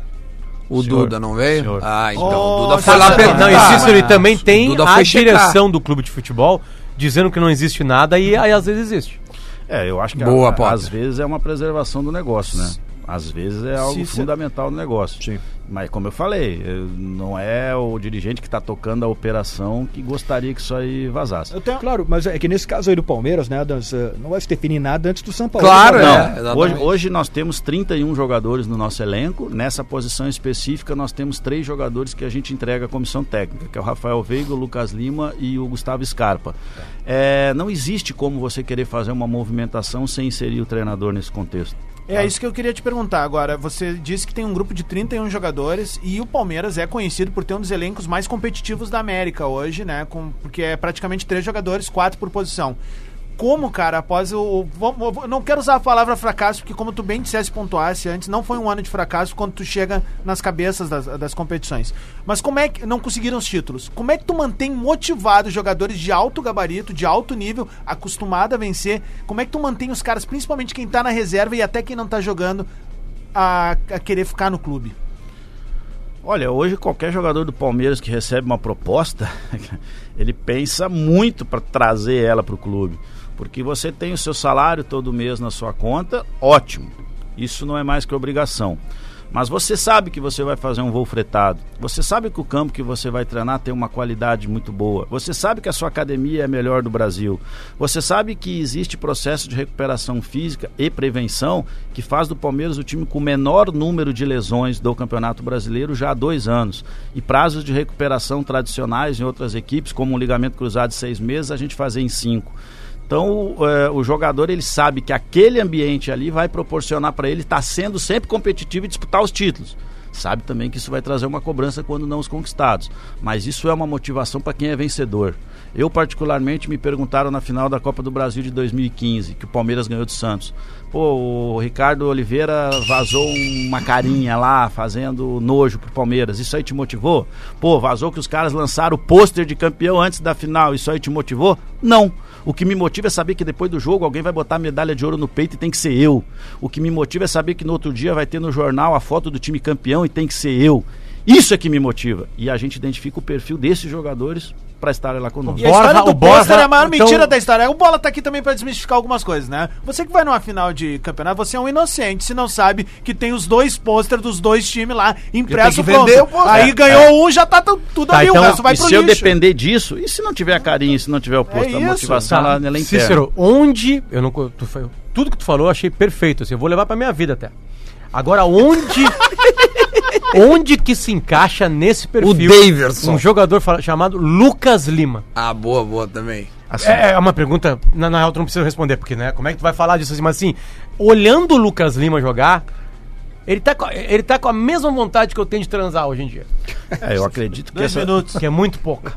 A: O
E: Senhor.
A: Duda não veio?
E: Senhor.
A: Ah, então.
C: Ô,
A: o Duda foi lá
C: senhor.
A: perguntar.
D: Não, e Cícero e
C: Ah,
D: também
A: o
D: tem
A: Duda
D: a
A: foi checar.
D: direção do clube de futebol dizendo que não existe nada e aí às vezes existe.
E: É, eu acho que
A: Boa,
E: a-
A: Potter.
E: às vezes é uma preservação do negócio, né? Às vezes é algo
C: Cícero.
E: fundamental no negócio.
G: Sim.
E: Mas como eu falei, eh, não é o dirigente que está tocando a operação que gostaria que isso aí vazasse.
C: Eu tenho...
G: Claro, mas é que nesse caso aí do Palmeiras, né, Adams, eh, não vai se definir nada antes do Sampaoli.
A: Claro,
G: né?
A: é.
E: Não,
A: exatamente.
E: hoje, hoje nós temos 31 jogadores no nosso elenco. Nessa posição específica, nós temos três jogadores que a gente entrega à comissão técnica, que é o Rafael Veiga, o Lucas Lima e o Gustavo Scarpa. É, não existe como você querer fazer uma movimentação sem inserir o treinador nesse contexto.
C: É isso que eu queria te perguntar agora. Você disse que tem um grupo de 31 jogadores e o Palmeiras é conhecido por ter um dos elencos mais competitivos da América hoje, né? Com- porque é praticamente três jogadores, quatro por posição. Como, cara, após o. o- vamos- eu vou- não quero usar a palavra fracasso, porque, como tu bem dissesse, pontuasse antes, não foi um ano de fracasso quando tu chega nas cabeças das, das competições. Mas como é que. Não conseguiram os títulos. Como é que tu mantém motivados jogadores de alto gabarito, de alto nível, acostumado a vencer? Como é que tu mantém os caras, principalmente quem tá na reserva e até quem não tá jogando, a, a querer ficar no clube?
E: Olha, hoje qualquer jogador do Palmeiras que recebe uma proposta, ele pensa muito para trazer ela para o clube. Porque você tem o seu salário todo mês na sua conta, ótimo. Isso não é mais que obrigação. Mas você sabe que você vai fazer um voo fretado. Você sabe que o campo que você vai treinar tem uma qualidade muito boa. Você sabe que a sua academia é a melhor do Brasil. Você sabe que existe processo de recuperação física e prevenção que faz do Palmeiras o time com o menor número de lesões do Campeonato Brasileiro já há dois anos. E prazos de um recuperação tradicionais em outras equipes, como o ligamento cruzado de seis meses, a gente fazia em cinco. Então o, é, o jogador ele sabe que aquele ambiente ali vai proporcionar para ele estar sendo sempre competitivo e disputar os títulos. Sabe também que isso vai trazer uma cobrança quando não os conquistados, mas isso é uma motivação para quem é vencedor. Eu particularmente me perguntaram na final da Copa do Brasil de 2015, que o Palmeiras ganhou do Santos. Pô, o Ricardo Oliveira vazou uma carinha lá fazendo nojo pro Palmeiras. Isso aí te motivou? Pô, vazou que os caras lançaram o pôster de campeão antes da final. Isso aí te motivou? Não. O que me motiva é saber que depois do jogo alguém vai botar a medalha de ouro no peito e tem que ser eu. O que me motiva é saber que no outro dia vai ter no jornal a foto do time campeão e tem que ser eu. Isso é que me motiva. E a gente identifica o perfil desses jogadores para estarem lá conosco.
C: E a história
A: Borja-
C: do
A: o Borja-
C: pôster é a maior
A: então-
C: mentira da história. O Bola tá aqui também pra desmistificar algumas coisas, né? Você que vai numa final de campeonato, você é um inocente se não sabe que tem os dois pôster dos dois times lá impresso
B: E tem que vender
C: pronto.
B: o pôster.
C: Aí
B: É,
C: ganhou um, já tá tu- tudo ali, o
E: então,
C: resto vai
E: e
C: pro
E: se eu
C: lixo.
E: depender disso, e se não tiver a carinha, se não tiver o posto,
C: É
E: a
C: isso,
E: motivação
D: Tá.
E: lá ela é interna.
D: Cícero, onde. Eu não, co- tu fa- tudo que tu falou eu achei perfeito. Assim, eu vou levar pra minha vida até. Agora, onde. onde que se encaixa nesse perfil?
A: O Daverson.
D: Um jogador fala- chamado Lucas Lima.
A: Ah, boa, boa também.
D: É, é uma pergunta, na, na real, tu não precisa responder, porque, né? Como é que tu vai falar disso assim? Mas assim, olhando o Lucas Lima jogar, ele tá, com, a- ele tá com a mesma vontade que eu tenho de transar hoje em dia.
E: É, eu acredito que
C: Dois
E: essa...
C: minutos.
D: Que é muito pouca.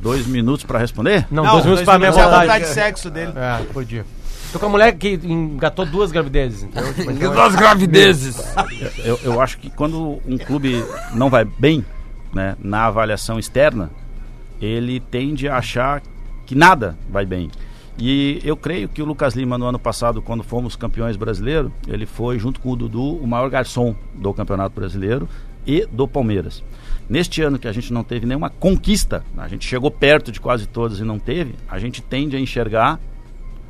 E: dois minutos para responder?
D: Não, dois minutos pra
C: é
D: minha
C: a
D: vontade.
C: vontade de sexo dele.
D: É, por dia. Tô com a mulher que engatou duas gravidezes, entendeu? Tipo, então,
A: Das gravidezes.
E: Eu, eu acho que quando um clube não vai bem, né, na avaliação externa, ele tende a achar que nada vai bem. E eu creio que o Lucas Lima, no ano passado, quando fomos campeões brasileiros, ele foi, junto com o Dudu, o maior garçom do Campeonato Brasileiro e do Palmeiras. Neste ano que a gente não teve nenhuma conquista, a gente chegou perto de quase todas e não teve, a gente tende a enxergar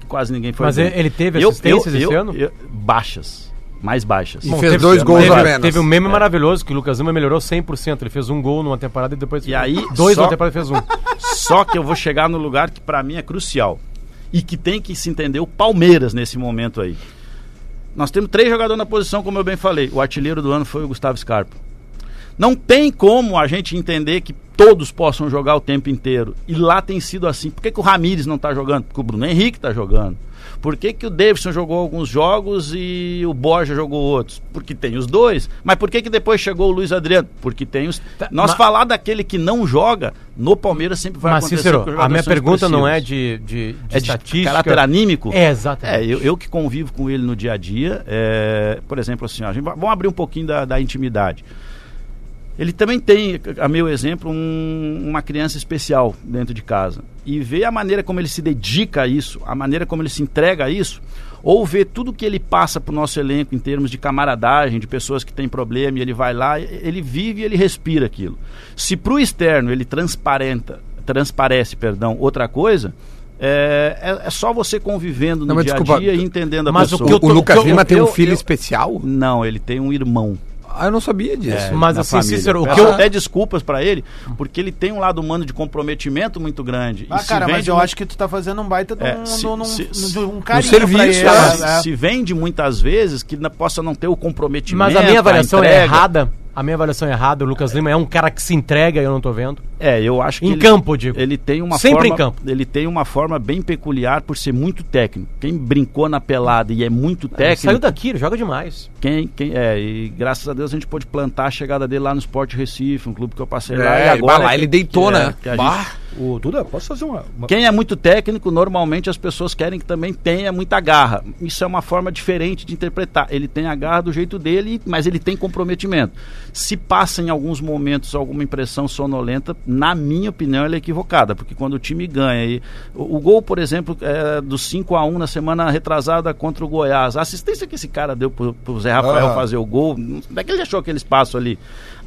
E: que quase ninguém foi
D: Mas
E: bem.
D: ele teve
E: Eu- eu-
D: assistências esse
E: eu-
D: ano?
E: eu- baixas, mais baixas.
A: E fez dois gols
D: teve,
A: a menos. É.
D: Teve um meme maravilhoso que o Lucas Lima melhorou 100%. Ele fez um gol numa temporada e depois
E: E aí,
D: dois
E: só-
D: numa temporada e fez um.
E: Só que eu vou chegar no lugar que pra mim é crucial e que tem que se entender o Palmeiras nesse momento aí. Nós temos três jogadores na posição, como eu bem falei. O artilheiro do ano foi o Gustavo Scarpa. Não tem como a gente entender que todos possam jogar o tempo inteiro. E lá tem sido assim. Por que, que o Ramires não está jogando? Porque o Bruno Henrique está jogando. Por que, que o Davidson jogou alguns jogos e o Borja jogou outros? Porque tem os dois. Mas por que, que depois chegou o Luiz Adriano? Porque tem os. Nós
D: mas-
E: falar daquele que não joga, no Palmeiras sempre vai
D: Mas,
E: acontecer. porque
D: Cícero,
E: os
D: a
E: jogadores
D: minha
E: são
D: pergunta não é de,
E: expressivos.
D: de, de
E: É de
D: estatística.
E: caráter anímico?
D: É, exatamente.
E: É, eu, eu que convivo com ele no dia a dia, é, por exemplo, assim, ó, a gente, va- vamos abrir um pouquinho da, da intimidade. Ele também tem, a meu exemplo, um- uma criança especial dentro de casa. E ver a maneira como ele se dedica a isso, a maneira como ele se entrega a isso, ou ver tudo que ele passa para o nosso elenco em termos de camaradagem, de pessoas que têm problema e ele vai lá, e- ele vive e ele respira aquilo. Se para o externo ele transparenta, transparece perdão, outra coisa, é, é- é só você convivendo no
A: Não, mas
E: dia
A: desculpa,
E: a dia e entendendo a
D: mas o
E: pessoa.
D: que eu
A: O
D: tô-
A: Lucas
D: eu-
A: Lima tem um
E: eu-
A: filho
E: eu-
A: especial?
E: Não, ele tem um irmão.
A: Ah, eu não sabia disso.
E: É,
D: Mas
E: na
D: assim, Cícero, o
E: Peço
D: que eu-
E: até desculpas pra ele, porque ele tem um lado humano de comprometimento muito grande.
C: Ah,
E: se
C: cara, mas
E: vende
C: eu
E: mu-
C: acho que tu tá fazendo um baita de um,
E: É,
C: de
E: se-
C: um-
E: se-
C: de
E: se-
C: um carinho pra
A: serviço,
C: ele.
E: Cara,
A: né?
C: é.
E: se vende muitas vezes que na- possa não ter o comprometimento.
D: Mas a minha avaliação é
E: entrega.
D: errada. A minha avaliação é errada. O Lucas Lima é um cara que se entrega e eu não tô vendo.
E: É, eu acho que
D: Em
E: ele-
D: campo, eu digo.
E: Ele tem uma
D: Sempre
E: forma,
D: em campo.
E: Ele tem uma forma bem peculiar por ser muito técnico. Quem brincou na pelada e é muito
D: Ele
E: técnico.
D: saiu daqui, ele joga demais.
E: Quem, quem, é, e graças a Deus a gente pôde plantar a chegada dele lá no Sport Recife, um clube que eu passei lá.
A: É,
E: E agora
A: bah, lá
E: que-
A: ele deitou,
E: que-
A: né?
E: é, que a
A: Bah.
E: gente-
G: O Duda, posso fazer uma. uma-
E: Quem é muito técnico, normalmente as pessoas querem que também tenha muita garra. Isso é uma forma diferente de interpretar. Ele tem a garra do jeito dele, mas ele tem comprometimento. Se passa em alguns momentos alguma impressão sonolenta, na minha opinião, ela é equivocada, porque quando o time ganha. E o, o gol, por exemplo, é, do 5 a 1 na semana retrasada contra o Goiás, a assistência que esse cara deu pro, pro Zé Rafael
B: Ah.
E: fazer o gol, como é que ele achou aquele espaço ali?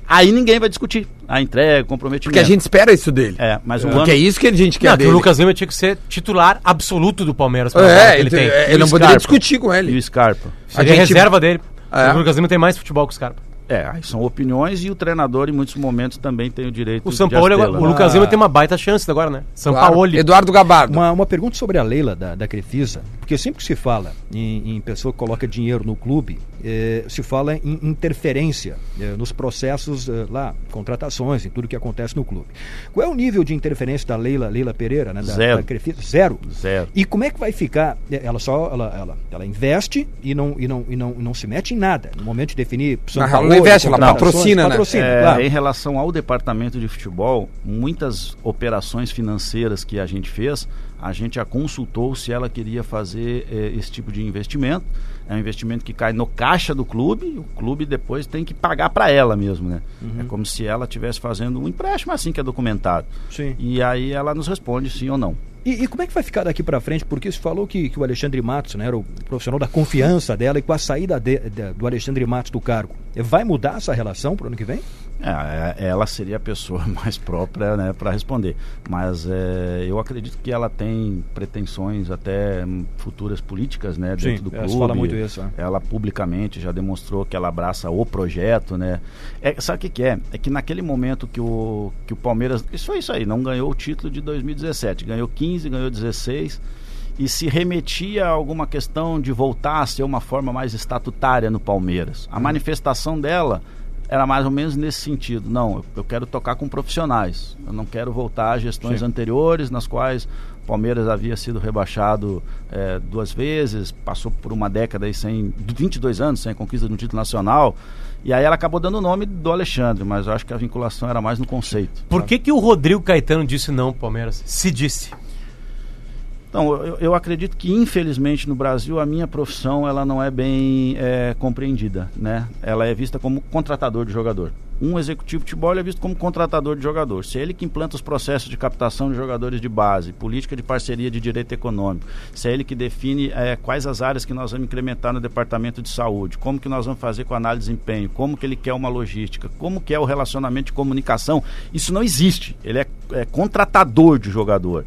E: Aí ninguém vai discutir a entrega, o comprometimento.
A: Porque a gente espera isso dele.
E: É, mas o ano
A: Porque é isso que a gente quer
D: Não, que
A: dele.
D: o Lucas Lima tinha que ser titular absoluto do Palmeiras. pela bola
A: É,
D: que
A: ele, tem-
D: tem.
A: é,
E: E
A: eu
E: o
A: não poderia
E: Scarpa?
A: discutir com
E: e
A: ele.
E: o Scarpa.
D: Seria
A: gente-
D: reserva dele.
A: É.
D: O Lucas Lima tem mais futebol que os caras.
E: É, aí são opiniões e o treinador em muitos momentos também tem o direito
D: O São
E: de
D: Paulo, é
E: astê-la,
D: agora- o
E: né?
D: Lucas Lima tem uma baita chance agora, né? São
A: Claro.
D: Paulo.
A: Eduardo Gabardo.
G: Uma, uma pergunta sobre a Leila da, da Crefisa. Porque sempre que se fala em, em pessoa que coloca dinheiro no clube, eh, se fala em interferência eh, nos processos eh, lá, contratações, em tudo que acontece no clube. Qual é o nível de interferência da Leila, Leila Pereira, né? Da,
E: Zero.
G: da Crefisa? Zero.
E: Zero.
G: E como é que vai ficar? Eh, Ela só ela, ela, ela investe e não, e, não, e, não, e não se mete em nada. No momento de definir. são
A: Mas ela não
G: valores,
A: investe, ela
G: contratações,
A: patrocina, né?
G: Patrocina,
E: É,
G: claro.
E: Em relação ao departamento de futebol, muitas operações financeiras que a gente fez, a gente a consultou se ela queria fazer eh, esse tipo de investimento. É um investimento que cai no caixa do clube, e o clube depois tem que pagar para ela mesmo, né?
D: Uhum.
E: É como se ela estivesse fazendo um empréstimo assim que é documentado.
G: Sim.
E: E aí ela nos responde sim ou não.
G: E, e como é que vai ficar daqui pra frente? Porque se falou que, que o Alexandre Matos né, era o profissional da confiança dela e com a saída de- de- do Alexandre Matos do cargo, eh, vai mudar essa relação pro ano que vem?
E: É, é, ela seria a pessoa mais própria né, para responder. Mas é, eu acredito que ela tem pretensões até hum, futuras políticas né, dentro
G: Sim,
E: do
G: ela
E: clube.
G: se fala muito isso, é.
E: Ela publicamente já demonstrou que ela abraça o projeto. Né? É, sabe o que, que é? É que naquele momento que o, que o Palmeiras. Isso é isso aí, não ganhou o título de 2017. Ganhou 15, ganhou 16. E se remetia a alguma questão de voltar a ser uma forma mais estatutária no Palmeiras.
G: Uhum.
E: A manifestação dela era mais ou menos nesse sentido. Não, eu, eu quero tocar com profissionais. Eu não quero voltar a gestões anteriores nas quais o Palmeiras havia sido rebaixado eh, duas vezes, passou por uma década aí sem 22 anos sem conquista de um título nacional. E aí ela acabou dando o nome do Alexandre, mas eu acho que a vinculação era mais no conceito.
D: Por que, que o Rodrigo Caetano disse não, pro Palmeiras? Se disse.
E: Então, eu, eu acredito que, infelizmente, no Brasil, a minha profissão ela não é bem eh, compreendida. Né? Ela é vista como contratador de jogador. Um executivo de futebol ele é visto como contratador de jogador. Se é ele que implanta os processos de captação de jogadores de base, política de parceria de direito econômico, se é ele que define eh, quais as áreas que nós vamos incrementar no departamento de saúde, como que nós vamos fazer com a análise de desempenho, como que ele quer uma logística, como que é o relacionamento de comunicação, isso não existe. Ele é- é contratador de jogador.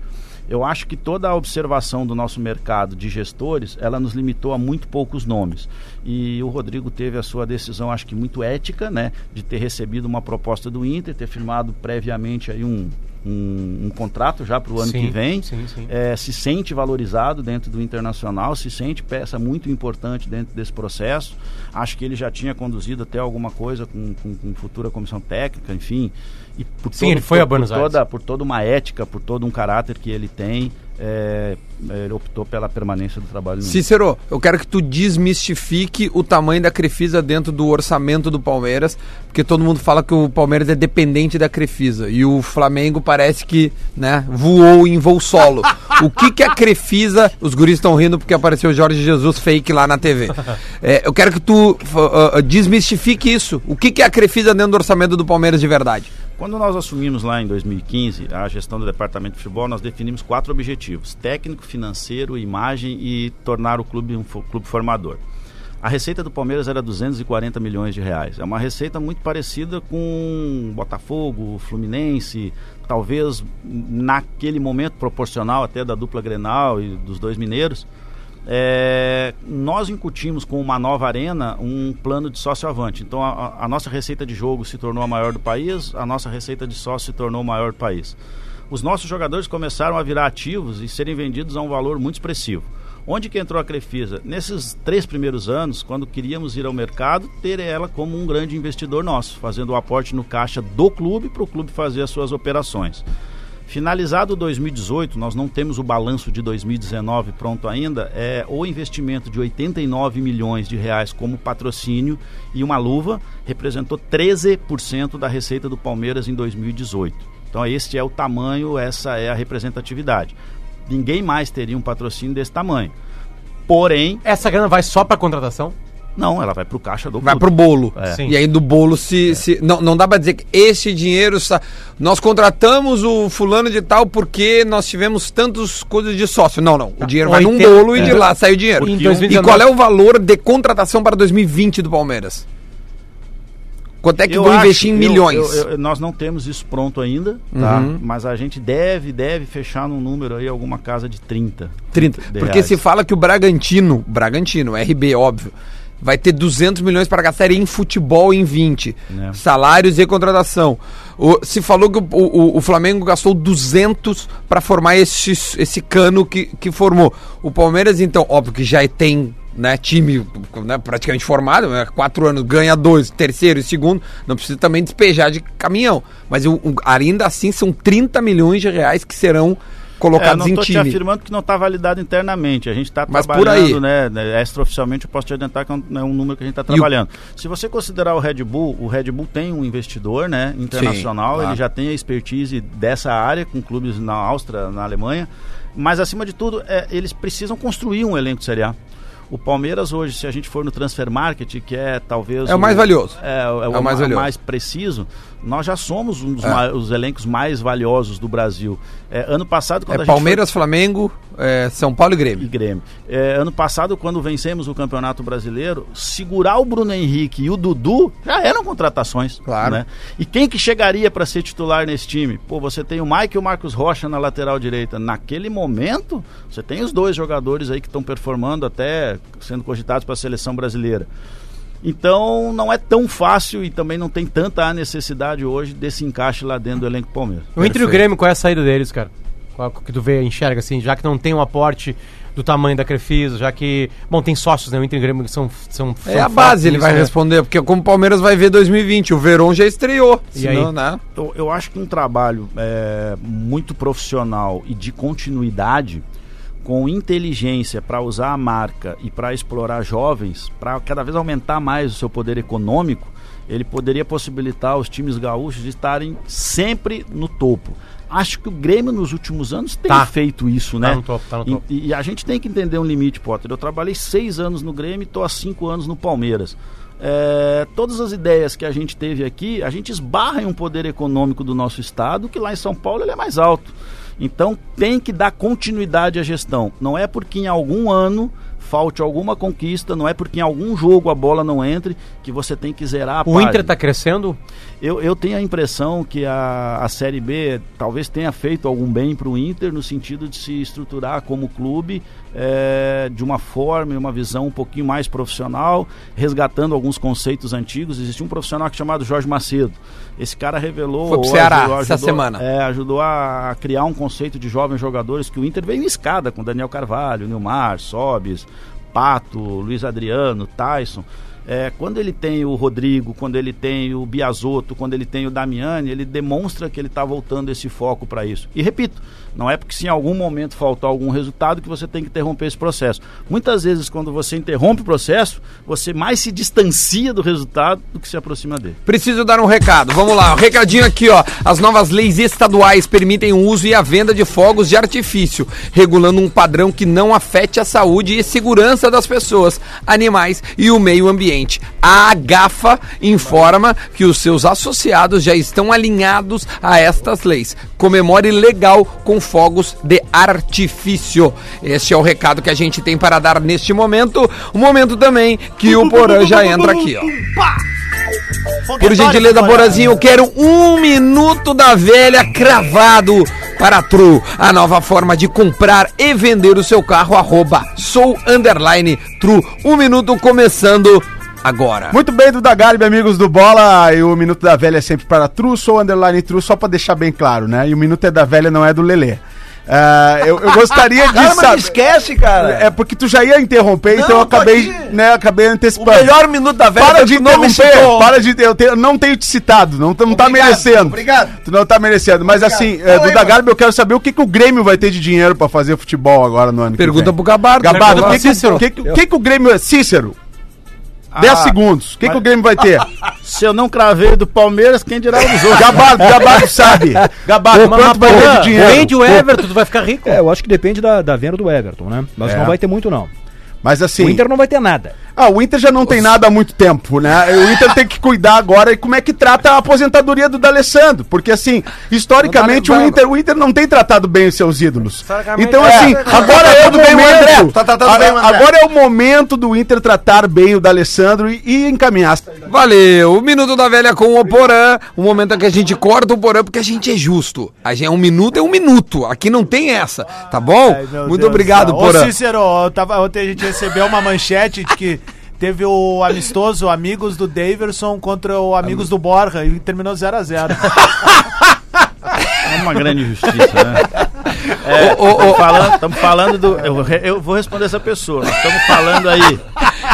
E: Eu acho que toda a observação do nosso mercado de gestores, ela nos limitou a muito poucos nomes. E o Rodrigo teve a sua decisão, acho que muito ética, né? De ter recebido uma proposta do Inter, ter firmado previamente aí um, um, um contrato já para o ano
D: Sim,
E: que vem.
D: sim, sim.
E: É, se sente valorizado dentro do internacional, se sente peça muito importante dentro desse processo. Acho que ele já tinha conduzido até alguma coisa com, com, com futura comissão técnica, enfim. E por
D: Sim, ele foi a
E: por
D: Buenos Aires.
E: toda- por toda uma ética, por todo um caráter que ele tem, é, ele optou pela permanência do trabalho no
A: Cícero, eu quero que tu desmistifique o tamanho da Crefisa dentro do orçamento do Palmeiras, porque todo mundo fala que o Palmeiras é dependente da Crefisa e o Flamengo parece que, né, voou em voo solo. O que que a Crefisa, os guris estão rindo porque apareceu o Jorge Jesus fake lá na TV. É, eu quero que tu f- ah, ah, desmistifique isso. O que que é a Crefisa dentro do orçamento do Palmeiras de verdade?
E: Quando nós assumimos lá em 2015 a gestão do departamento de futebol, nós definimos quatro objetivos: técnico, financeiro, imagem e tornar o clube um fo- clube formador. A receita do Palmeiras era 240 milhões de reais. É uma receita muito parecida com Botafogo, Fluminense, talvez naquele momento proporcional até da dupla Grenal e dos dois mineiros. É, nós incutimos com uma nova arena um plano de sócio avante. Então a- a, a nossa receita de jogo se tornou a maior do país, a nossa receita de sócio se tornou a maior do país. Os nossos jogadores começaram a virar ativos e serem vendidos a um valor muito expressivo. Onde que entrou a Crefisa? Nesses três primeiros anos, quando queríamos ir ao mercado, ter ela como um grande investidor nosso, fazendo o aporte no caixa do clube para o clube fazer as suas operações. Finalizado 2018, nós não temos o balanço de 2019 pronto ainda, é o investimento de 89 milhões de reais como patrocínio e uma luva representou 13% da receita do Palmeiras em 2018. Então este é o tamanho, essa é a representatividade. Ninguém mais teria um patrocínio desse tamanho. Porém,
D: Essa grana vai só pra contratação?
E: não, ela vai para o caixa do
A: Vai
E: clube.
A: pro bolo.
E: É.
D: Sim.
A: E aí do bolo se. se- não, não dá pra dizer que esse dinheiro. sa- Nós contratamos o fulano de tal porque nós tivemos tantas coisas de sócio. Não,
E: Tá.
A: não. O dinheiro vai num
D: 80
A: bolo e de
D: é.
A: lá sai o dinheiro.
E: um-
D: Em
A: E
D: 2019.
A: qual é o valor de contratação para 2020 do Palmeiras? Quanto é que
E: Eu
A: vão
E: acho-
A: investir em
E: eu-
A: milhões? Uhum.
E: eu- eu- nós não temos isso pronto ainda, tá? Mas a gente deve, deve fechar num número aí, alguma casa de 30.
A: 30.
E: de
A: Porque
E: reais.
A: se fala que o Bragantino, Bragantino, RB, óbvio, vai ter 200 milhões para gastar em futebol em 20.
E: É.
A: Salários e contratação. O- se falou que o, o- o Flamengo gastou 200 para formar esse, esse cano que, que formou. O Palmeiras, então, óbvio que já tem né, time né, praticamente formado, né, quatro anos, ganha dois, terceiro e segundo, não precisa também despejar de caminhão. Mas o- o- ainda assim são 30 milhões de reais que serão
E: É, eu
A: colocados
E: não
A: em
E: estou te
A: time.
E: afirmando que não está validado internamente. A gente está
A: Mas por
E: trabalhando, né? né, Extraoficialmente eu posso te adiantar que é um, é um número que a gente está trabalhando. Se você considerar o Red Bull, o Red Bull tem um investidor né, internacional,
A: claro.
E: ele já tem a expertise dessa área, com clubes na Áustria, na Alemanha. Mas acima de tudo, é, eles precisam construir um elenco de Série A. O Palmeiras hoje, se a gente for no Transfer Market, que é talvez...
A: É o mais valioso.
E: É, o- é
A: É o
E: o
A: mais
E: mais,
A: valioso.
E: mais preciso. Nós já somos um dos mai- os elencos mais valiosos do Brasil. É, ano passado, quando a
A: É
E: gente foi-
A: Palmeiras, Flamengo, é, São Paulo e
E: e
A: Grêmio.
E: Grêmio. É, ano passado, quando vencemos o Campeonato Brasileiro, segurar o Bruno Henrique e o Dudu já eram contratações.
A: Claro.
E: né? E quem que chegaria para ser titular nesse time? Pô, você tem o Mike e o Marcos Rocha na lateral direita. Naquele momento, você tem os dois jogadores aí que estão performando até sendo cogitados para a seleção brasileira. Então não é tão fácil e também não tem tanta a necessidade hoje desse encaixe lá dentro do elenco Palmeiras.
D: O Inter e o
A: Perfeito.
D: Grêmio, qual é a saída deles, cara? Qual que tu vê, enxerga, assim, já que não tem um aporte do tamanho da Crefisa, já que. Bom, tem sócios, né? O Inter e o Grêmio que são, são.
A: É
D: são
A: a base,
D: fatos
A: ele
D: nisso,
A: vai
D: né?
A: responder, porque como o Palmeiras vai ver 2020, o Verón já estreou.
D: E
A: senão,
D: aí?
A: né?
E: Eu, eu acho que um trabalho é, muito profissional e de continuidade, com inteligência para usar a marca e para explorar jovens, para cada vez aumentar mais o seu poder econômico, ele poderia possibilitar os times gaúchos de estarem sempre no topo. Acho que o Grêmio nos últimos anos tem
D: Tá.
E: feito isso, né?
D: no topo, tá no
E: E-
D: topo.
E: E, e a gente tem que entender um limite, Potter. Eu trabalhei seis anos no Grêmio e estou há cinco anos no Palmeiras. É, todas as ideias que a gente teve aqui, a gente esbarra em um poder econômico do nosso estado, que lá em São Paulo ele é mais alto. Então tem que dar continuidade à gestão. Não é porque em algum ano falte alguma conquista, não é porque em algum jogo a bola não entre que você tem que zerar a
D: O Inter
E: página.
D: tá crescendo?
E: Eu, eu tenho a impressão que a, a Série B talvez tenha feito algum bem para o Inter no sentido de se estruturar como clube eh, de uma forma e uma visão um pouquinho mais profissional, resgatando alguns conceitos antigos. Existia um profissional chamado Jorge Macedo. Esse cara revelou.
A: Foi pro
E: ou
A: Ceará essa semana.
E: é, ajudou a criar um conceito de jovens jogadores que o Inter veio em escada com Daniel Carvalho, Nilmar, Sobis, Pato, Luiz Adriano, Tyson. É, quando ele tem o Rodrigo, quando ele tem o Biasotto, quando ele tem o Damiani, ele demonstra que ele está voltando esse foco para isso. E repito, não é porque se em algum momento faltar algum resultado que você tem que interromper esse processo. Muitas vezes, quando você interrompe o processo, você mais se distancia do resultado do que se aproxima dele.
A: Preciso dar um recado. Vamos lá, um recadinho aqui, ó. As novas leis estaduais permitem o uso e a venda de fogos de artifício, regulando um padrão que não afete a saúde e segurança das pessoas, animais e o meio ambiente. A AGAFA informa que os seus associados já estão alinhados a estas leis. Comemore legal com fogos de artifício. Este é o recado que a gente tem para dar neste momento. O momento também que o Porã já entra aqui, ó. Por gentileza, Borazinho, eu quero um minuto da velha cravado para a Tru, a nova forma de comprar e vender o seu carro, arroba sou underline Tru. Um minuto começando agora.
H: Muito bem, Duda Galbi, amigos do Bola. E o Minuto da Velha é sempre para Tru, sou underline Tru, só para deixar bem claro, né? E o Minuto é da Velha, não é do Lelê. Ah, eu, eu gostaria de
B: Cara, mas
H: saber.
B: esquece, cara.
H: É porque tu já ia interromper, então eu
B: tô
H: acabei,
B: aqui.
H: né, acabei
B: O
H: antecipando.
B: melhor minuto da velha
H: Para
B: foi
H: de
B: tu não me citou.
H: interromper, para de eu, te- eu não tenho te citado, não, tá- não tá
B: Obrigado,
H: merecendo.
B: obrigado.
H: Tu não tá merecendo, mas
B: Obrigado.
H: assim,
B: Fala
H: é,
B: aí,
H: Duda
B: mano.
H: Garbi, eu quero saber o que, que o Grêmio vai ter de dinheiro pra fazer futebol agora no ano
A: Pergunta
H: que
A: pro
H: vem.
A: Gabardo.
H: Gabardo, o
A: Pergunta
H: que, que,
A: pro
H: o que, que, o que que o Grêmio é? Cícero, 10
E: Ah,
H: segundos, o que, que
E: mas-
H: o Grêmio vai ter?
E: Se eu não cravei do Palmeiras, quem dirá o dos outros?
H: Gabardo, Gabardo sabe. Gabardo,
D: Mas-
H: quanto
D: mas,
H: vai ter
D: Porã,
H: de dinheiro?
D: Vende o Everton, tu vai ficar rico.
G: É, eu acho que depende da, da venda do Everton, né? Mas
H: É.
G: não vai ter muito, não.
H: Mas assim,
G: O Inter não vai ter nada.
H: ah, o Inter já não tem nada há muito tempo, né? O Inter tem que cuidar agora e como é que trata a aposentadoria do D'Alessandro, porque assim, historicamente o
B: lembrando.
H: Inter, o Inter não tem tratado bem os seus ídolos. Então
B: É,
H: assim,
B: tá
H: agora é o
B: tratando bem o André,
H: momento.
B: tá tratando bem o André.
H: Agora é o momento do Inter tratar bem o D'Alessandro e, e encaminhar.
A: Valeu, o Minuto da Velha com o Porã. O momento em que a gente corta o Porã porque a gente é justo. A gente, um minuto é um minuto. Aqui não tem essa, tá bom?
C: Ai, meu
A: Muito
C: Deus do
A: obrigado,
C: céu. Ô,
A: Porã.
C: Cícero, eu tava, ontem a gente recebeu uma manchete de que Teve o amistoso Amigos do Daverson contra o Amigos do Borja e terminou 0x0.
E: É uma grande injustiça, né?
A: Ô, ô, ô,
E: Estamos falando do. Eu, re- eu vou responder essa pessoa. Nós estamos falando aí.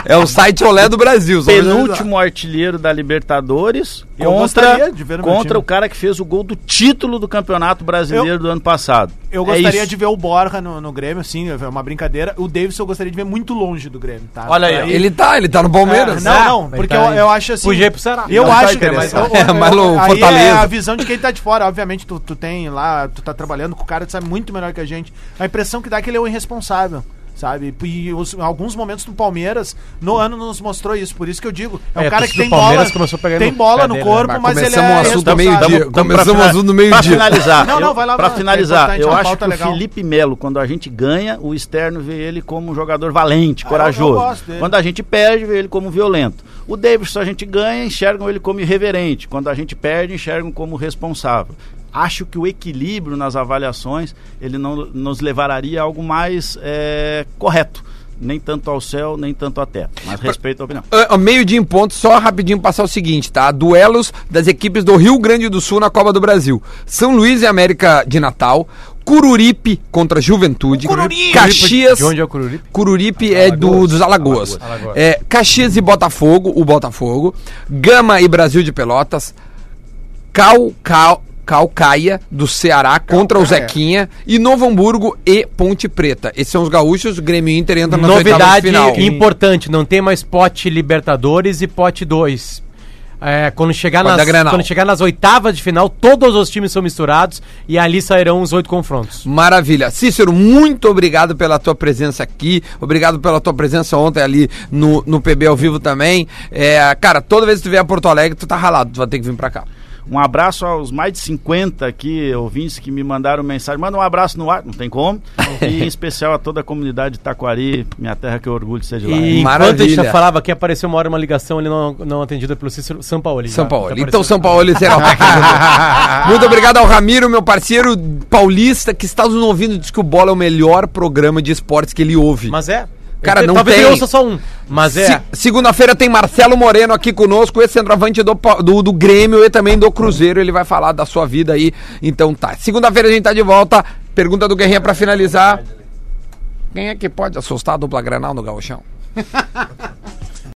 A: é o site Olé do Brasil. só um pra gente avisar.
E: Penúltimo artilheiro da Libertadores
C: Eu
E: contra,
C: gostaria de ver o meu
E: contra
C: time.
E: o cara que fez o gol do título do Campeonato Brasileiro do ano passado.
C: Eu
E: É
C: gostaria
E: isso.
C: de ver o Borja no, no Grêmio, sim, é uma brincadeira. O Davidson eu gostaria de ver muito longe do Grêmio, tá?
E: Olha aí, ó.
A: Ele tá, ele tá no Palmeiras.
C: É, Não, não, porque eu, eu acho assim.
D: Podia ir pro Ceará.
C: Eu
H: Não tá
C: acho, que mas eu,
H: interessado.
A: É, mas o
C: aí é
A: Fortaleza.
C: a visão de quem tá de fora. Obviamente, tu, tu tem lá, tu tá trabalhando com o cara, tu sabe muito melhor que a gente. A impressão que dá é que ele é o irresponsável. Sabe? E os- alguns momentos do Palmeiras no ano nos mostrou isso. Por isso que eu digo. É um
I: É, a
C: cara
I: torcida
C: que
I: do
C: tem
I: Palmeiras
C: bola.
I: começou a pegar
C: Tem
I: no
C: bola
I: pé
C: no
I: dele,
C: corpo,
I: né?
C: mas ele
A: Começamos o
C: é
A: assunto do meio-dia.
C: irresponsável.
A: Começamos um o assunto do
E: Pra
A: meio-dia.
E: finalizar,
C: Não,
E: eu,
C: não, vai lá,
E: pra
C: vai lá, é
E: finalizar,
C: importante, é
E: eu
C: uma
E: acho que
C: pauta
E: o
C: legal.
E: Felipe Melo, quando a gente ganha, o externo vê ele como um jogador valente,
C: Ah, eu-
E: corajoso.
C: eu gosto dele.
E: quando a gente perde, vê ele como violento. O Davis, a gente ganha, enxergam ele como irreverente. Quando a gente perde, enxergam como responsável. Acho que o equilíbrio nas avaliações ele não nos levaria a algo mais eh, correto. Nem tanto ao céu, nem tanto à terra. Mas respeito à opinião.
A: Ah, Meio-dia em ponto, só rapidinho passar o seguinte, tá? Duelos das equipes do Rio Grande do Sul na Copa do Brasil. São Luís e América de Natal, Cururipe contra Juventude, Caxias...
I: De onde é o Cururipe?
A: Cururipe é do, dos Alagoas. É, Caxias e Botafogo, o Botafogo. Gama e Brasil de Pelotas. Cal, Cal, Calcaia do Ceará contra o Zequinha. E Novo Hamburgo e Ponte Preta. Esses são os gaúchos. Grêmio e Inter entram nas oitavas
D: Novidade
A: de Tá final.
D: importante, não tem mais pote Libertadores e pote 2. É, quando, chegar
A: Pote da
D: nas,
A: Grenal.
D: quando chegar nas oitavas de final, todos os times são misturados e ali sairão os oito confrontos.
A: Maravilha. Cícero, muito obrigado pela tua presença aqui. Obrigado pela tua presença ontem ali no, no PB ao vivo também. É, cara, toda vez que tu vier a Porto Alegre, tu tá ralado. Tu vai ter que vir pra cá.
E: Um abraço aos mais de 50 aqui, ouvintes que me mandaram mensagem. Manda um abraço no ar, não tem como. E em especial a toda a comunidade de Taquari, minha terra que eu orgulho de ser de lá.
D: E enquanto a
A: Maravilha.
D: gente falava que apareceu uma hora uma ligação ali não, não atendida pelo Cícero São Paulo.
A: São Paulo. Então, São Paulo será o técnico. Muito obrigado ao Ramiro, meu parceiro paulista, que está nos ouvindo. Diz que o Bola é o melhor programa de esportes que ele ouve.
D: Mas é.
A: Cara,
D: Eu-
A: não
D: Talvez
A: tem.
D: eu ouça só um. Mas é.
A: Se- Segunda-feira tem Marcelo Moreno aqui conosco, esse centroavante do, Pa- do, do Grêmio e também do Cruzeiro. Ele vai falar da sua vida aí. Então tá. Segunda-feira a gente tá de volta. Pergunta do Guerrinha pra finalizar. Quem é que pode assustar a dupla Granal no Gauchão?